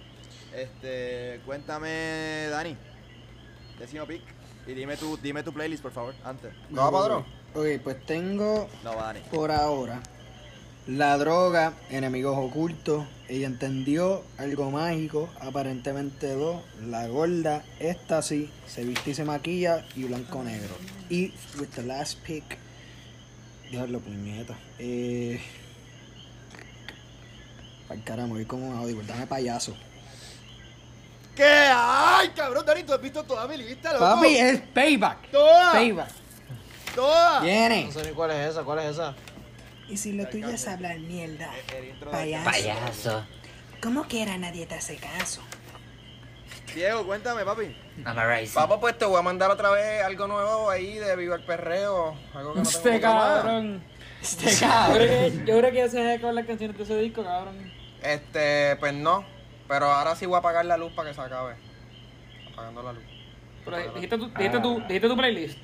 Este, cuéntame, Dani. Décimo pick. Y dime tu, dime tu playlist, por favor, antes.
No, padrón.
Ok, pues tengo
No, va, Dani.
por ahora la droga, enemigos ocultos, ella entendió algo mágico, aparentemente dos, la gorda, esta sí, se viste y se maquilla y blanco negro. Y with the last pick, diablo puñeta. Eh, ay caramba, voy con un audio, dame payaso.
¿Qué? ¡Ay, cabrón, Dani! Tú has visto toda mi lista, loco.
Papi, es payback.
¡Toda!
Payback.
¡Toda!
Viene.
No sé ni cuál es esa, cuál es esa.
Y si lo tuyo es hablar mierda,
Eh,
El intro de-
payaso, ¿cómo quiera nadie te hace caso?
Diego, cuéntame, papi.
I'm a racist.
Papá, pues te voy a mandar otra vez algo nuevo ahí de Viva el Perreo. Algo que no tengo
este cabrón
Este
yo
cabrón.
creo que yo creo que ese es con las canciones de ese disco cabrón
Este, pues no. Pero ahora sí voy a apagar la luz para que se acabe. Apagando la luz.
pero eh, dijiste tu dijiste tu dijiste tu playlist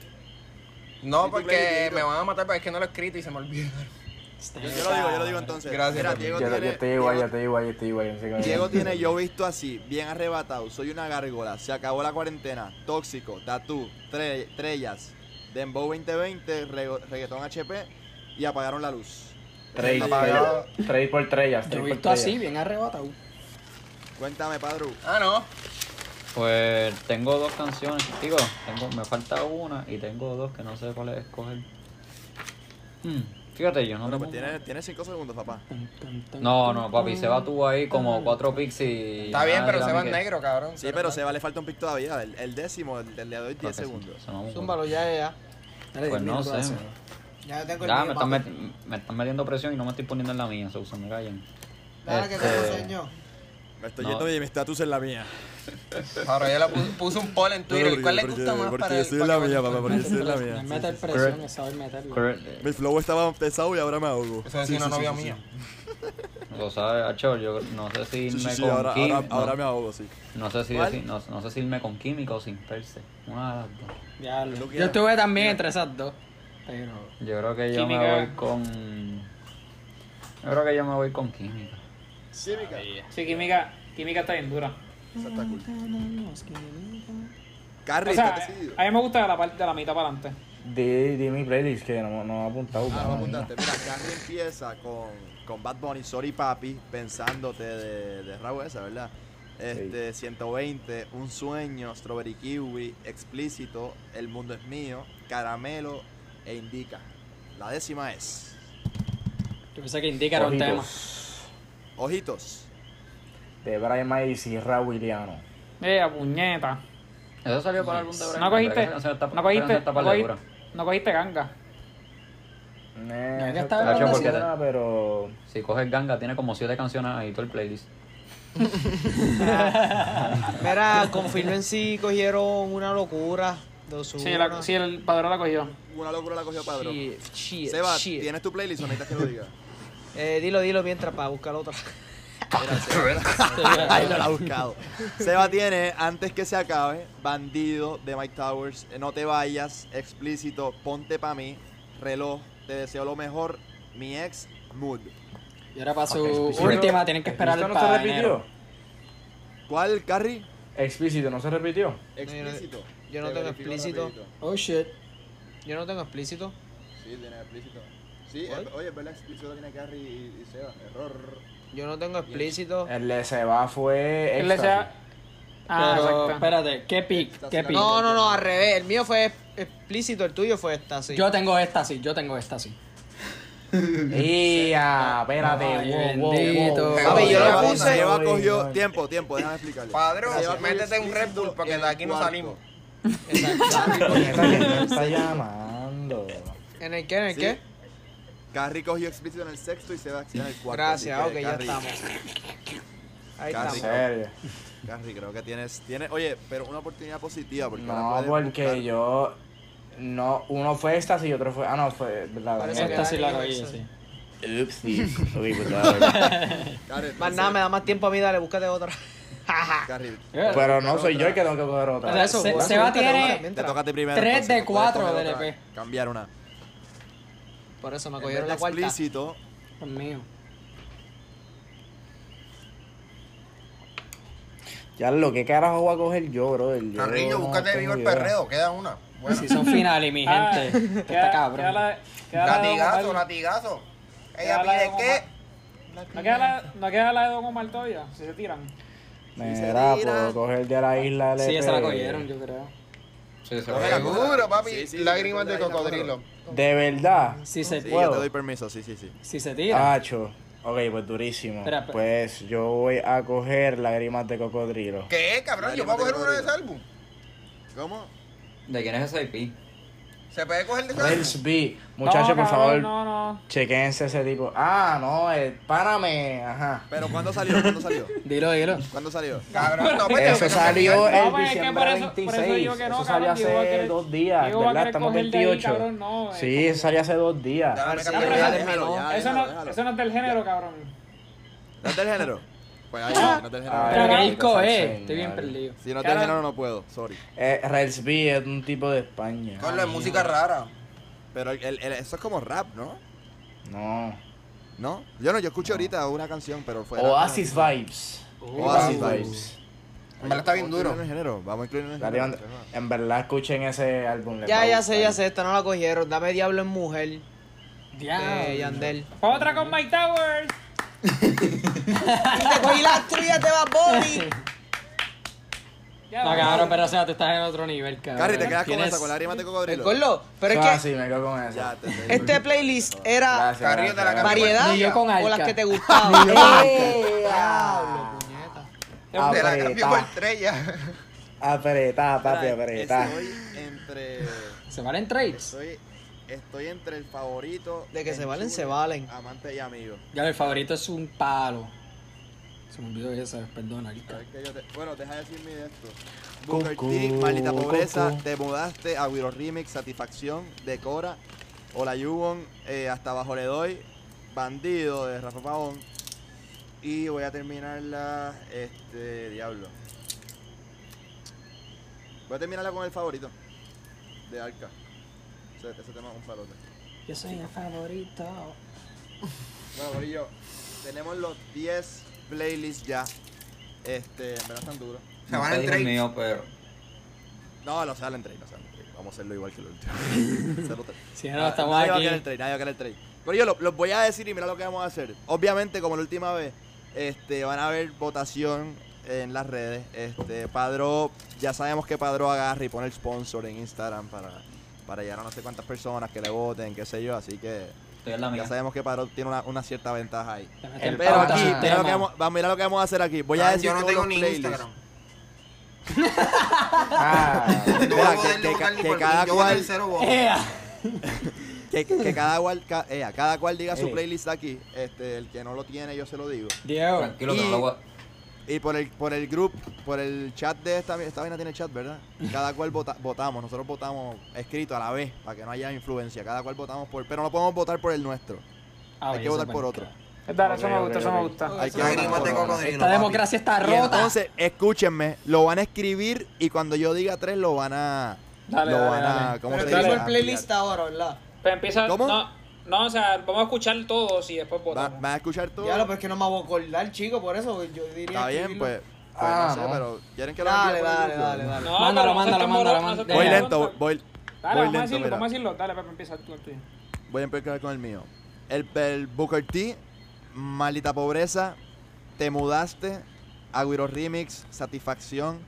No,
tu playlist,
porque
Dieguito.
me van a matar, pero es que no lo he escrito y se me olvidó.
Yo, yo lo digo, yo lo digo entonces.
Gracias,
Mira,
papi.
Diego
Yo,
tiene,
yo te digo ahí,
Diego-
yo te digo ahí, yo te digo ahí. no sé qué-
Diego tiene yo visto así, bien arrebatado, soy una gárgola, se acabó la cuarentena, tóxico, tatú, tre- trellas, Dembow 2020, rego- reggaetón HP y apagaron la luz.
Trade,
Apagado.
trade- trade por trellas.
Yo
trade
he
por
visto así,
trellas.
bien arrebatado.
Cuéntame, Padru.
Ah, no.
Pues tengo dos canciones, digo, tengo, me falta una y tengo dos que no sé cuál es escoger. Hmm, Fíjate, yo no
Bueno, pues
tengo-
tienes, tienes cinco segundos, papá.
No, no, papi, se va tú ahí como cuatro picks y...
Está bien,
nada,
pero
dame
se va en
que-
negro, cabrón.
Sí, pero se va, le falta un pic todavía, el, el décimo, el, el de hoy
Creo
10
que sí,
segundos.
se va un-
Zúmbalo, ya, ya.
Dale,
Pues
diez
no
minutos
sé. Eh,
hace.
Ya tengo
Ya, me están, met- me están metiendo presión y no me estoy poniendo en la mía, so, se me callan.
Dale
Ah,
que te
Este-
enseño.
Eh, Me estoy
No.
yendo y mi estatus es la mía.
Ahora yo le puse, puse un poll en Twitter. ¿Cuál le gusta más para el- para el-
porque
No es meter presión, es saber meterlo.
Correct.
Mi flow estaba pesado y ahora me ahogo.
Eso es una novia mía.
Lo sabes, Acho, yo no sé si
Sí,
irme
sí, sí,
con
ahora,
Kim-
ahora,
no,
ahora me ahogo, sí.
no sé si
¿Cuál?
decir- no, no sé si irme con química o sin perse. Una de las dos.
Diablo.
Lo que
Yo
era.
estuve también entre esas dos. Pero.
Yo creo que yo
Química.
me voy con. Yo creo que yo me voy con química.
Cívica.
sí química química está bien dura
Esa está cool. Carrie,
o
está
sea
decidido.
a mí me gusta la parte de la mitad para adelante
Di, di mi playlist que no, no ha apuntado.
Ah, no
mano,
apuntaste. Mira, Carrie empieza con, con Bad Bunny, Sorry Papi, pensándote de, de Raúl esa, ¿verdad? Este, 120, Un Sueño, Strawberry Kiwi, Explícito, El Mundo es Mío, Caramelo e Indica. La décima es
Yo pensé que indica era un tema.
Ojitos.
Ojitos.
De Brian Mays y Raúl Iliano.
eh a puñeta
Eso salió para el álbum de Brian.
no cogiste no cogiste no cogiste
cogiste.
no cogiste ganga
Nah,
que
eso
estaba
está-
hablando
porque
así.
nada, pero.
Si coges ganga, tiene como siete canciones ahí todo el playlist.
Mira, confirmen si cogieron una locura de Ozuna.
sí, la- sí el padrón la cogió
Una locura la cogió Pedro.
Shit, shit,
Seba,
shit.
¿tienes tu playlist o necesitas que lo diga?
Eh, dilo, dilo mientras para buscar otra.
Ahí no la ha buscado. Seba tiene, antes que se acabe, Bandido de Mike Towers, Eh, No te vayas, Explícito, Ponte pa' mí, Reloj, Te deseo lo mejor, Mi ex, Mood.
Y ahora para su
Explícito.
última, tienen que esperar
¿Explícito
para
no se repitió?
enero.
¿Cuál, Carrie?
Explícito, no se repitió.
Explícito.
yo no
Te
tengo
verifico
explícito.
rapidito.
Oh shit.
Yo no tengo explícito.
Sí, tiene explícito. Sí,
¿Cuál?
eh, oye, es verdad, explícito tiene Carrie y, y Seba. Error.
Yo no tengo explícito.
El de se va fue.
Él le
Éxtasis.
sea- ah
Pero,
exacto
espérate, ¿qué pick? ¿Qué pick?
No, no, no, al revés. El mío fue explícito, el tuyo fue esta, sí.
Yo tengo esta sí, yo tengo esta sí.
¡Ya! Espérate,
Ay,
wow, wow,
bendito.
wow.
Papi, yo lo
Seba-
puse.
Seba cogió. Tiempo, tiempo, déjame explicarle.
Padrón,
Seba cogió
métete un Red Bull
explícito
porque
en
de aquí no
cuarto.
salimos.
Está llam- está llamando.
¿En el qué? ¿En el
Sí.
qué?
Carrie cogió explícito en el sexto y se va en el cuarto.
Gracias,
así
ok,
que,
ya
Carrie-
estamos. Ahí
Carrie,
estamos.
creo- Carrie, creo que tienes, tienes. Oye, pero una oportunidad positiva porque ahora
No,
puedes
porque yo. No, uno fue esta y otro fue. Ah, no, fue. La,
Parece que Esta sí la Dani cogí, hizo. sí.
Oopsies. Ok, pues, dale.
Más nada, me da ¿Eh? más tiempo a mí, dale, búscate otra.
Pero no soy yo el que tengo que coger otra.
Por eso, Se- por eso, Seba búscate tiene otra mientras.
Te toca a ti primero.
Tres
entonces,
de
tú puedes
cuatro
coger
de
otra,
LP.
Cambiar una.
Por eso me
En
cogieron
vez
la
de
cuarta.
Explícito.
Dios mío.
Ya lo que carajo voy a coger yo, brother. Yo
Carrillo,
no
búscate
tengo
vivo el
idea.
perreo, queda una. Bueno.
Si son finales, mi
Ah,
gente. Esto está cabrón.
Latigazo, latigazo. Ella
Queda la
pide
de
qué.
¿No queda la, no queda la de Don Omar todavía? Si se tiran.
Mira, puedo coger de la isla LP.
Sí, esa la cogieron, yo creo.
Sí, se
Seguro, papi.
Sí, sí,
Lágrimas
sí,
de
sí,
cocodrilo.
De verdad.
Sí, se
Sí, yo te
puedo.
doy permiso, sí, sí, sí.
Si se
Hacho. Ok, pues durísimo.
Espera, espera.
Pues yo voy a coger lágrimas de cocodrilo.
¿Qué, cabrón? Yo voy a coger uno de ese álbum.
¿Cómo?
¿De quién es ese IP?
¿Se puede coger de ese álbum?
Rails B. Muchachos, por favor,
No, no.
chequense ese tipo. Ah, no, el Páname. Ajá.
Pero ¿cuándo salió? ¿Cuándo salió?
Dilo, dilo.
¿Cuándo salió?
Cabrón, no, pues,
Eso
tengo que
salió
cambiar.
el
pues, es que
diciembre
por eso- por eso
26.
digo que no,
Eso salió
cabrón, Diego va a
hace
querer-
dos días,
Diego va a
¿verdad?
querer
Estamos
coger de ahí,
28.
cabrón, no, eh,
Sí, eso salió hace dos días. Ah,
Déjame
No,
cambiar.
pero
Ya,
eso-
déjalo, ya,
eso,
déjalo,
no,
déjalo.
eso no es del género, cabrón.
¿No es del género? Pues ahí, no es del género.
Pero qué
Ay,
disco
Dios,
es.
señor.
Estoy bien perdido.
Si no es del género, no puedo, sorry.
Eh, Rails B es un tipo de España.
Con la música rara.
Pero el- el- el- eso es como rap, ¿no?
No.
¿No? Yo no, yo escuché ahorita una canción, pero
Pues
fue.
Oasis Vibes.
Oasis Vibes.
En verdad está bien
Vamos a incluirlo
duro.
En el género, vamos a incluirlo en el
Dale,
género.
en- en verdad escuchen ese álbum. les va
Ya,
a
ya sé, ya
gustar.
sé, esta no la cogieron. Dame Diablo en Mujer. De
Ya.
Yandel.
Otra con Mike Towers.
¡Te cogí las tuyas, te va Bobby!
Ya,
Ah,
No,
vamos.
cabrón, pero o sea, tú estás en otro nivel, cabrón.
Carrie, te quedas con
Tienes-
esa, con lágrimas de
El
cocodrilo.
Gorlo, pero
Ah,
es que
sí, me quedo con esa.
Ya, te- te-
este playlist era
Gracias,
Carrillo
gracias,
de la
gracias.
variedad
Ni yo con
o las
Alca.
que te gustaban.
¡Eh!
Diablo, puñeta.
Te la cambio
Apretá,
por estrella.
apretá, papi,
Espera,
apretá.
Estoy entre.
Se valen trades.
Estoy, estoy entre el favorito.
De que se
en
valen, se
Chile,
valen.
Amante y amigo.
Ya, el favorito es un palo. Se me olvidó esa, perdona.
A
ahorita.
ver que yo te- Bueno, deja de decirme de esto. Booker
Cucú,
T, Maldita Pobreza,
cucú.
Te Mudaste, Aguiro Remix, Satisfacción, Decora, Hola Yubon, eh, Hasta Abajo Le Doy, Bandido de Rafa Pavón. Y voy a terminarla, este, diablo. Voy a terminarla con el favorito de Arca. Ese, ese tema es un palote.
Yo soy el favorito.
Bueno, Corillo, tenemos los 10 playlists ya. Este, en verdad están duros.
Se van
No
en
te dije el
trade.
mío, pero...
No, no sale el trade, no sale el trade. Vamos a hacerlo igual que el último. Hacerlo tra-
Si no, estamos
nadie va a
aquí.
querer el trade, nadie va a querer el trade. Pero yo lo- los voy a decir y mira lo que vamos a hacer. Obviamente, como la última vez, este, van a haber votación en las redes. Este, Padro, ya sabemos que Padro agarra y pone el sponsor en Instagram para, para llegar a no sé cuántas personas que le voten, qué sé yo. Así que
Estoy en la
ya
mía.
sabemos que Padro tiene una, una cierta ventaja ahí.
Te meten
El
Pero
pauta
aquí,
en el
mira lo,
tema.
que vamos, va- mira lo que vamos a hacer aquí. Voy a decir
Yo no
todos
tengo
los
ni
playlists.
Instagram.
Ah,
No voy a
Mira, que-
poderle
que
buscar
ca-
ni
que
por
cada
mí, yo
cual-
tercero voto.
¡Ea!
Que, que cada, cual, ca- eh, a cada cual diga su
Ey.
playlist aquí. Este, el que no lo tiene, yo se lo digo.
Diego.
Tranquilo, que no lo voy a...
Y por el, por el group, por el chat de esta, esta vaina tiene chat, ¿verdad? Cada cual vota- votamos, nosotros votamos escrito a la vez, para que no haya influencia. Cada cual votamos por, pero no podemos votar por el nuestro.
Ah,
Hay
oye,
que votar
eso
por
es
otro.
bueno.
Dale, eso
Ok,
me
ok,
gusta, eso
ok.
me gusta.
Hay que
Lágrimas de
votar por otro.
cocodrilo.
Esta
papi.
democracia está
Y
rota.
entonces, escúchenme, lo van a escribir y cuando yo diga tres lo van a.
Dale,
lo
dale,
van
dale.
a. ¿Cómo
Pero
se
tengo
dice?
el playlist ahora, ¿verdad?
Pero empieza.
¿Cómo?
No, no, o sea, vamos a escuchar todos y después
Va-
votamos.
Van a escuchar todo.
Diablo, pero es que no me voy a acordar, chico, por eso yo diría
Está bien,
escribirlo.
pues. pues no
Ah,
sé,
no.
pero. ¿Quieren que lo
Dale,
envíe por el
dale,
grupo?
dale, dale.
No,
Mándalo,
pero no
mándalo,
seas
mándalo,
morón, no seas
mándalo.
Voy
Dale.
lento, voy,
Dale,
voy
vamos a
lento,
decirlo,
mira.
vamos a decirlo. Dale, Pepe, empieza tú el tuyo.
Voy a empezar con el mío. El, el Booker T, Maldita Pobreza, Te Mudaste, Agüero Remix, Satisfacción,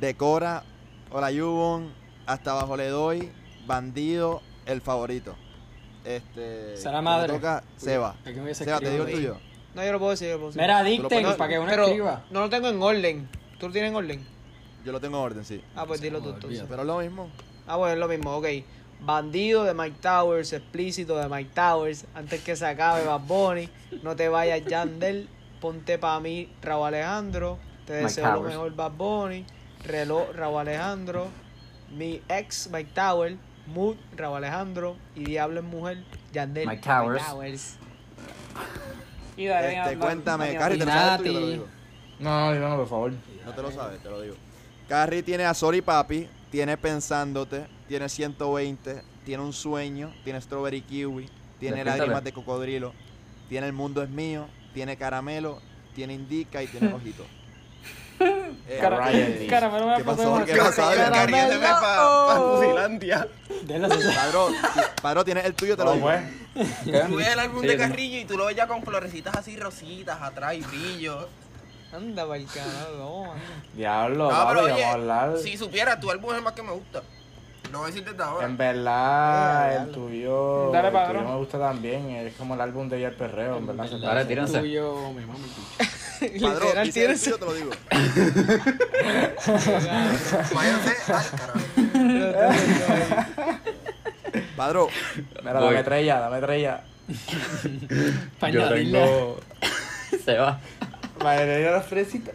Decora, Hola Yubon, Hasta Abajo Le Doy, Bandido, El Favorito. Este.
Será
me
madre.
toca Seba.
Aquí hubiese
Seba, te digo
escrito.
el tuyo.
No, yo lo puedo decir, yo lo puedo decir.
Mira,
Tú lo
dicten
pones-
para que uno
pero
escriba.
no lo tengo en orden. ¿Tú lo tienes en orden?
Yo lo tengo en orden, sí.
Ah, pues dilo tú
joder,
entonces.
Pero es lo mismo.
Ah, bueno, es lo mismo, ok. Bandido de Mike Towers, explícito de Mike Towers, antes que se acabe Bad Bunny, no te vayas Yandel, ponte para mí Raúl Alejandro, te
Mike
deseo lo
Towers.
mejor Bad Bunny, reloj Raúl Alejandro, mi ex Mike Tower, Mood Raúl Alejandro y Diablo en Mujer, Yandel
Mike Towers.
Towers.
Y
Este, cuéntame, Carrie, ¿te lo sabes tú? Yo te lo digo.
No, no, no, por favor.
No te lo sabes, te lo digo. Carrie tiene a Sorry Papi, tiene Pensándote, tiene 120, tiene Un Sueño, tiene Strawberry Kiwi, tiene
Despíntale.
Lágrimas de Cocodrilo, tiene El Mundo es Mío, tiene Caramelo, tiene Indica y tiene Ojito. Eh,
Cara-
Ryan.
Caramelo me
¿Qué
pasó
pasó?
una
¿Qué
foto
pasó?
de
Caramelo.
Caramelo.
Te ve pa- pa Fusilandia.
Padro, ti- padro, tienes el tuyo, te lo
pues,
digo.
eh.
Tú ves el álbum
Sí,
de
no.
Carrillo y tú lo ves ya con florecitas así rositas atrás y brillo.
Anda pa'l carajo.
Diablo,
No,
papi,
Ah, pero
vamos a hablar.
oye, si supieras, tu álbum es el más que me gusta. No voy a decirte desde ahora.
En verdad, el tuyo,
Dale,
el
padrón.
tuyo me gusta también. Es como el álbum de Ayer Perreo, en verdad. se
Dale,
parece.
tírense.
Tuyo, mi mamá.
Padrón,
Literal,
dice el
tienes-
tuyo, te lo digo.
Váyanse al carajo.
Padro,
Mira,
Voy.
dame trella, dame trella.
Yo tengo. Se va.
Madre de las fresitas.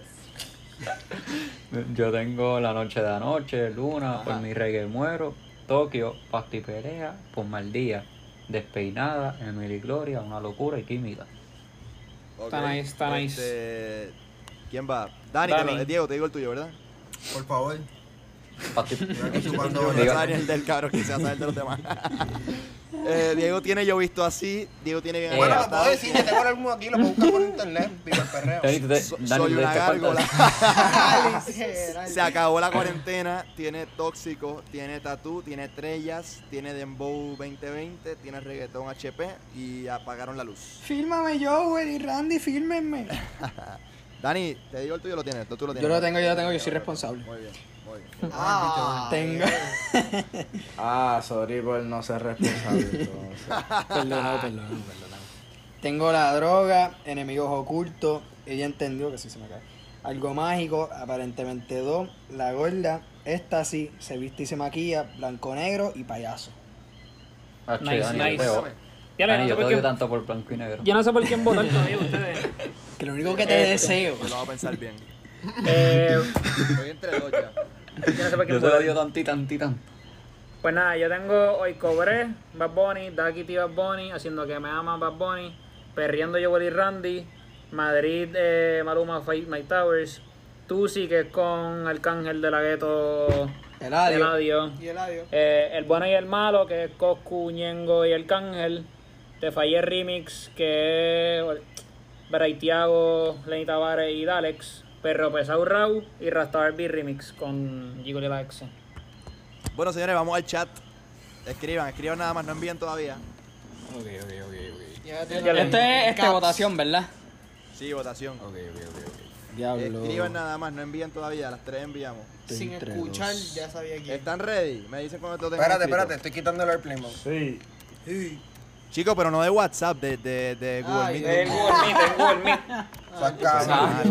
Yo tengo La Noche de Anoche, Luna, Por mi reggae muero, Tokio, Pacto y Pelea, Por mal día, Despeinada, Emily Gloria, Una locura y Química.
Está nice, está
nice. este, ¿Quién va? Dani, te
Dani.
lo- eh, Diego, te digo el tuyo, ¿verdad?
Por favor.
Pacto y
Yo no
Diga-
sabía ni el del cabrón que se hace el de los demás. Eh, Diego tiene yo visto así, Diego tiene bien
Bueno, lo
agastado.
puedo decir, yo tengo el álbum aquí, lo puedo buscar por internet, viva el perreo.
Dani, tú te-
So-
Dani,
soy
tú te
una
diste cuenta.
gárgola.
Literal.
Se acabó la cuarentena, tiene tóxico, tiene tatú, tiene estrellas, tiene Dembow 2020, tiene reggaetón HP y apagaron la luz.
Fírmame yo, güey, y Randy, fírmenme.
Dani, te digo el tuyo, lo tienes, tú, tú lo tienes.
Yo lo tengo, yo lo tengo, yo soy responsable.
Muy bien, muy bien.
Ah,
Tengo.
Ah, sorry por no ser responsable. entonces.
Perdonado, perdonado, perdonado. Tengo la droga, enemigos ocultos. Ella entendió que sí se me cae. Algo mágico, aparentemente dos. La gorda, esta sí, se viste y se maquilla, blanco negro y payaso.
Ah, che,
Nice,
Dani,
nice.
yo te odio.
Ya le-
Dani, yo
yo
te
creo
odio
que-
tanto por blanco y negro.
Yo no sé por quién votar todavía ustedes.
Que lo único que te deseo.
Yo lo voy a pensar bien.
Eh,
Estoy entre dos ya.
yo no sé por quién
Yo te
votar.
odio tanto y tanto y tanto.
Pues nada, yo tengo hoy cobré, Bad Bunny, Duckity Bad Bunny, haciendo que me aman Bad Bunny, perriendo yo y Randy, Madrid, eh, Maluma, Fight Mike Towers, Tusi, que es con Arcángel de la Gueto,
Eladio.
Eladio.
Y el adiós.
Eh, el bueno y el malo, que es Coscu, Ñengo y Arcángel, Te Fallé Remix, que es Braithiago, Lenny Tavares y Dalex, Perro Pesau Rau y Rasta Barbie Remix con Gigolo y la Exe.
Bueno, señores, vamos al chat. Escriban, escriban nada más, no envíen todavía.
Ok, ok, ok, ok.
Ya le-
Este es este,
Caps.
votación, ¿verdad?
Sí, votación.
Ah,
Diablo.
Escriban nada más, no envíen todavía, las tres enviamos.
Sin
entre
escuchar,
dos.
ya sabía quién.
¿Están ready? Me dicen cuando te lo tengan
Espérate,
escrito.
espérate, estoy quitando el airplane mode.
Sí.
Chicos, pero no de WhatsApp, de, de, de Google
Ay,
Meet. Ah,
El Google Meet, el Google Meet.
Saca.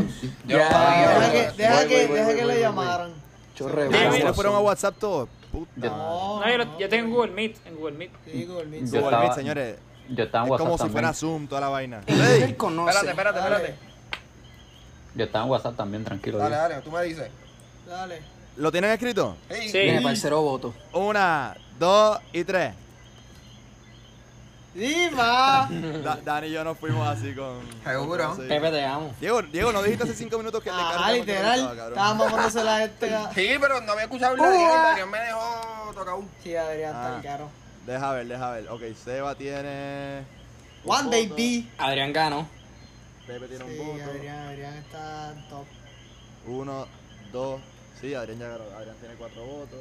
Yo
Deja que, deja
Voy,
que,
voy,
deja
voy,
que
voy,
le
voy,
llamaran.
Chorre,
Ah,
Diego.
¿ustedes fueron a WhatsApp todos? Puta.
Oh, No,
No, yo, lo- yo tengo en Google Meet, en Google Meet.
Sí, Google Meet.
Yo
Google
estaba-
Meet, señores.
Yo estaba en
Es como
WhatsApp
si fuera
también.
Zoom toda la vaina.
Él
Ready.
conoce.
Espérate, espérate, espérate.
Yo estaba en WhatsApp también, tranquilo.
Dale,
Diego.
dale, tú me dices.
Dale.
¿Lo tienen escrito?
Ey,
Sí.
Viene, parcero, voto.
Una, dos y tres.
Diva.
Da- Dani y yo nos fuimos así con...
Seguro.
con- sí.
Pepe, te amo.
Diego, Diego, ¿no dijiste hace cinco minutos que te
Ah,
cargamos que no
literal.
estaba, cabrón?
Estábamos poniéndose la gente.
Sí, pero no había escuchado el de Adrián, el de Adrián me dejó tocar un.
Sí, Adrián,
Ah.
tan caro.
Deja ver, deja ver. Ok, Seba tiene... un
One Day
voto,
B.
Adrián ganó.
Pepe tiene un
Sí,
voto.
Adrián, Adrián está top
Uno, dos. Sí, Adrián ya ganó. Adrián tiene cuatro votos.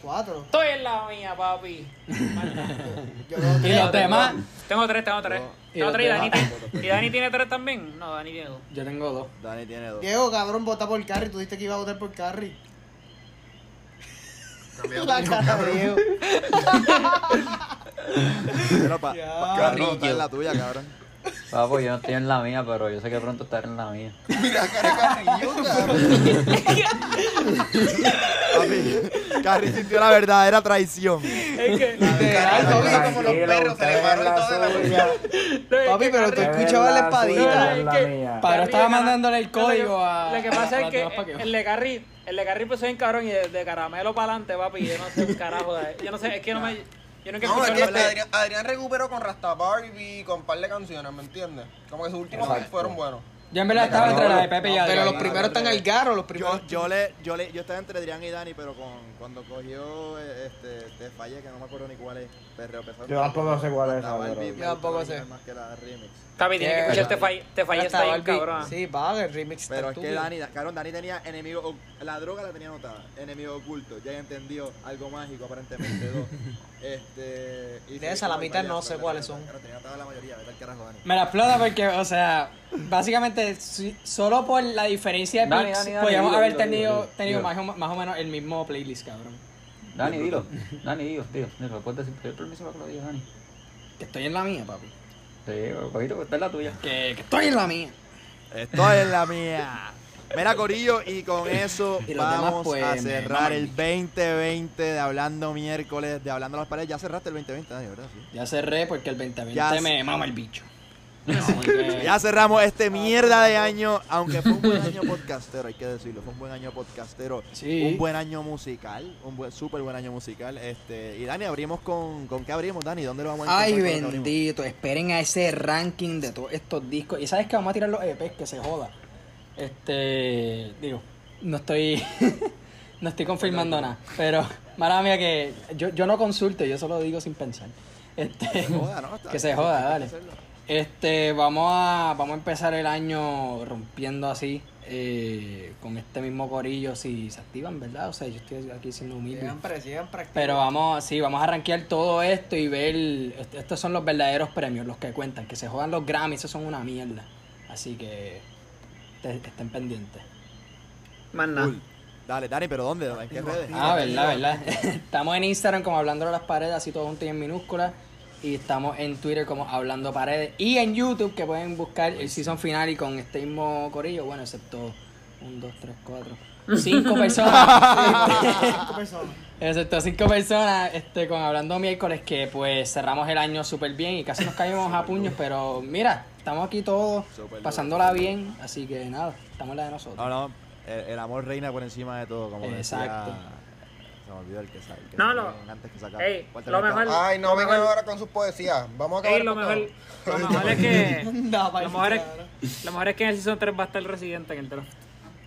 4.
Estoy en la mía, papi.
Y los demás.
Tengo tres, tengo tres.
Yo-
Tengo
yo
tres y
te-
Dani, tiene- ¿y Dani tiene tres también. No, Dani tiene dos.
Yo tengo dos.
Dani tiene dos.
Diego, cabrón, vota por Carrie. Tú dijiste que iba a votar por Carrie. La cara de Diego.
Pero pa,
Ya.
pa- cabrón, está en la tuya, cabrón.
Papo, Ah, pues yo no estoy en la mía, pero yo sé que pronto estaré en la mía.
Mira, cara de Carrillo, cabrón.
Papi, Carrie sintió la verdadera traición.
Es que literal, papi, como los perros se le paró y todo de la
Papi, pero tú escuchabas la espadita. Pero estaba mandándole el código a.
Lo que pasa es
a-
que
a- a-
el de Carri, el de Carri pues soy un cabrón y de, de caramelo para adelante, papi, yo no sé un carajo de Yo no sé, es que no me. Yo nunca he
No, es que este-
escuchado hablar de.
Adrián, Adrián recuperó con Rasta Barbie y con un par de canciones, ¿me entiendes? Como que sus últimos hits fueron buenos.
Yo en verdad estaba entre la de Pepe y
Pero
Adrián.
los primeros están al garro, los primeros.
Yo, yo le, yo le, yo estaba entre Adrián y Dani, pero con, cuando cogió eh, este, te fallé, que no me acuerdo ni cuál es, perreo pesado.
Yo tampoco sé cuál es
Hasta
esa,
Barbie
pero-
me
Yo
gusta
tampoco
la
sé.
original Más que la remix.
Papi, tiene que
Yeah.
escuchar Te Fallé, Te Fallé
Hasta
está bien,
Barbie.
cabrón.
Sí, va, el remix está
Pero es que
estúpido.
Dani, cabrón, Dani tenía enemigo, oc- la droga la tenía anotada, enemigo oculto, ya entendió, algo mágico aparentemente, dos. Este, y
De esa, la mitad no sé cuáles son.
Claro, tenía anotada la mayoría, vete al carajo, Dani.
Me la explota porque, o sea, básicamente si- solo por la diferencia de
Dani,
beats
Dani, Dani,
podíamos
dilo,
haber
dilo,
tenido,
dilo,
tenido
dilo.
Más, o, más o menos el mismo playlist, cabrón.
Dani, dilo. Dani, dilo, dilo. dilo. Puedes decir, te doy permiso para que lo digas, Dani.
Que estoy en la mía, papi.
Sí, papito, esta es la tuya.
Que, que estoy en la mía.
Esto es la mía. Mira, Corillo, y con eso
Y los demás,
vamos
pues,
a
me
cerrar
maman.
el 2020 de Hablando Miércoles, de Hablando a las Paredes. Ya cerraste el 2020, Dani, ¿verdad? Sí.
Ya cerré porque el 2020
Ya
me
sé.
mama el bicho. Así que-
Ya cerramos este mierda de año, aunque fue un buen año podcastero, hay que decirlo, fue un buen año podcastero,
Sí.
un buen año musical, un buen, súper buen año musical. Este, y Dani, abrimos con, ¿con qué abrimos, Dani? ¿Dónde lo vamos a
Ay,
encontrar cuando abrimos?
bendito, esperen a ese ranking de todos estos discos. Y sabes que vamos a tirar los EPs, que se joda. Este, digo, no estoy, no estoy confirmando nada. Pero, mala mía que yo, yo no consulto, yo solo digo sin pensar. Este,
Joda, ¿no? Está-
que se joda,
hay que
dale.
hacerlo.
Este, vamos a, vamos a empezar el año rompiendo así, eh, con este mismo corillo, si se activan, ¿verdad? O sea, yo estoy aquí siendo humilde.
Siempre, siempre. activo.
Pero vamos, sí, vamos a rankear todo esto y ver. est- Estos son los verdaderos premios, los que cuentan. Que se jodan los Grammys, esos son una mierda. Así que te- estén pendientes.
Más nada.
Cool. Dale, Dani, ¿pero dónde? ¿En qué redes?
Ah, verdad, verdad. Estamos en Instagram como Hablando a las Paredes, así todo junto y en minúscula. Y estamos en Twitter como Hablando Paredes. Y en YouTube que pueden buscar el season final y con este mismo corillo. Bueno, excepto 1, 2, 3, 4, 5 personas.
Cinco personas.
Excepto cinco personas, este, con hablando miércoles, que pues cerramos el año súper bien y casi nos caímos a puños, pero mira, estamos aquí todos
Súper
pasándola
duro.
bien, así que nada, estamos la de nosotros.
No, no, el, el amor reina por encima de todo, como
Exacto.
decía... Se me olvidó el que sale.
No, lo-
Antes que sacar.
Ey,
¿Cuál te
lo
gusta?
mejor-
Ay, no
Lo
vengan
mejor-
ahora con sus poesías. Vamos a acabar
Ey, lo
con
mejor,
todo.
lo mejor es que.
Anda, pa'
Lo mejor es,
cabrón.
lo mejor es que en el Season 3 va a estar el residente en el draft.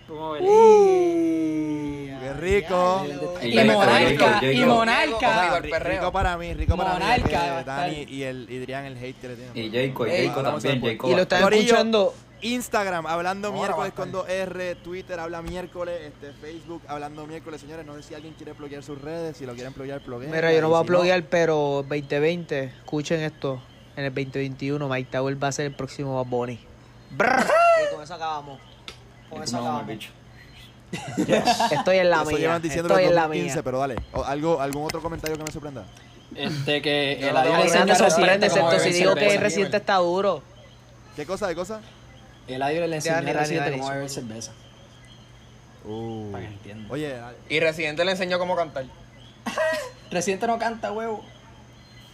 ¿Cómo ves?
Uh.
¡Qué rico!
Y
Dale,
Monarca,
Diego,
y
Diego.
Monarca.
Diego,
Ri- Rico para mí, rico para mí.
Monarca
es que
va a estar.
Dani y, el, y Adrián, el hate que le tienen.
Y Jacob, y
Ey,
Jacob
hablamos
también,
después.
Jacob.
Y lo están
Corillo.
escuchando.
Instagram, hablando
Ahora va a
miércoles
estar.
cuando R, Twitter, habla miércoles, este, Facebook, hablando miércoles, señores. No sé si alguien quiere pluguear sus redes, si lo quieren pluguear, plugueen.
Mira, yo no voy a
pluguear
pluguear, pero 2020, escuchen esto. En el 2021, Mike Tower va a ser el próximo Bad Bunny. Y con eso acabamos.
Y
Con
tú
eso
no,
acabamos.
bicho.
Estoy en la
Eso
mía.
llevan diciendo desde
Estoy en
el
la
2015,
mía.
pero dale. O algo, ¿Algún otro comentario que me sorprenda?
Este que
Yo
el
no
adiós
tengo
le
nada
Nadie
enseña
me
que
al
sorprende,
residente cómo
excepto
beber
si digo que el
cerveza.
reciente está duro.
¿Qué cosa, de cosa?
El adiós le enseña
Dale,
al
dale,
residente
dale,
cómo
eso.
beber cerveza.
Uh.
Para que entienda.
Oye, dale.
Y Residente le enseñó cómo cantar.
Residente no canta, huevo.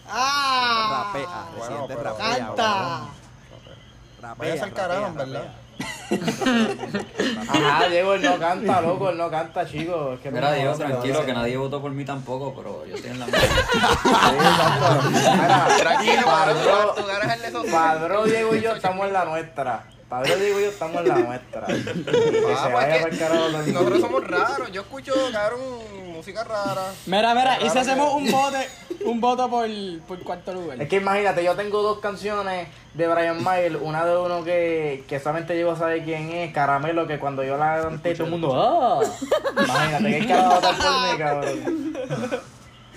rapea,
Ah, bueno,
residente
pero-
rapea.
Canta.
huevón. Rapea,
Váyase al
rapea,
carajo, en
rapea.
verdad.
Ajá, Diego, él no canta, loco, él no canta, chicos. Es que no
Mira,
me
Diego,
jodas,
tranquilo,
cabrón.
que nadie votó por mí tampoco, pero yo estoy en la mía.
Tranquilo,
Padrón.
cabrón. Tú ganas el de esos.
Padrón, Diego y yo estamos en la nuestra. Padrón, Diego y yo estamos en la nuestra. Y que
Ah,
se
pues
vaya
es
para el
que
carajo también.
Nosotros somos raros. Yo escucho, cabrón, música rara.
Mira, mira, y si
Claro
hacemos
que-
un voto, un voto por, por cuarto lugar.
Es que imagínate, yo tengo dos canciones de Brian Mayer, una de uno que, que solamente Diego sabe quién es, Caramelo, que cuando yo la canté todo el mundo,
Oh.
¡ah! Imagínate, que es que la va a votar por mí, cabrón.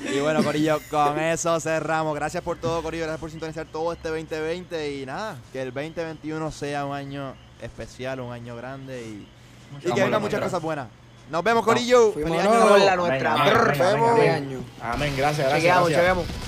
Y bueno, Corillo, con eso cerramos. Gracias por todo, Corillo. Gracias por sintonizar todo este 2020. Y nada, que el 2021 sea un año especial, un año grande y, y que
Vamos,
vengan
vamos,
muchas
vamos.
cosas buenas. Nos vemos, Corillo.
Fuimos
Feliz año
nosotros.
nuevo.
Con la nuestra.
Venga, venga,
Brr.
venga,
Feliz
venga.
año.
Amén, gracias, gracias.
Chequeamos,
gracias.
chequeamos.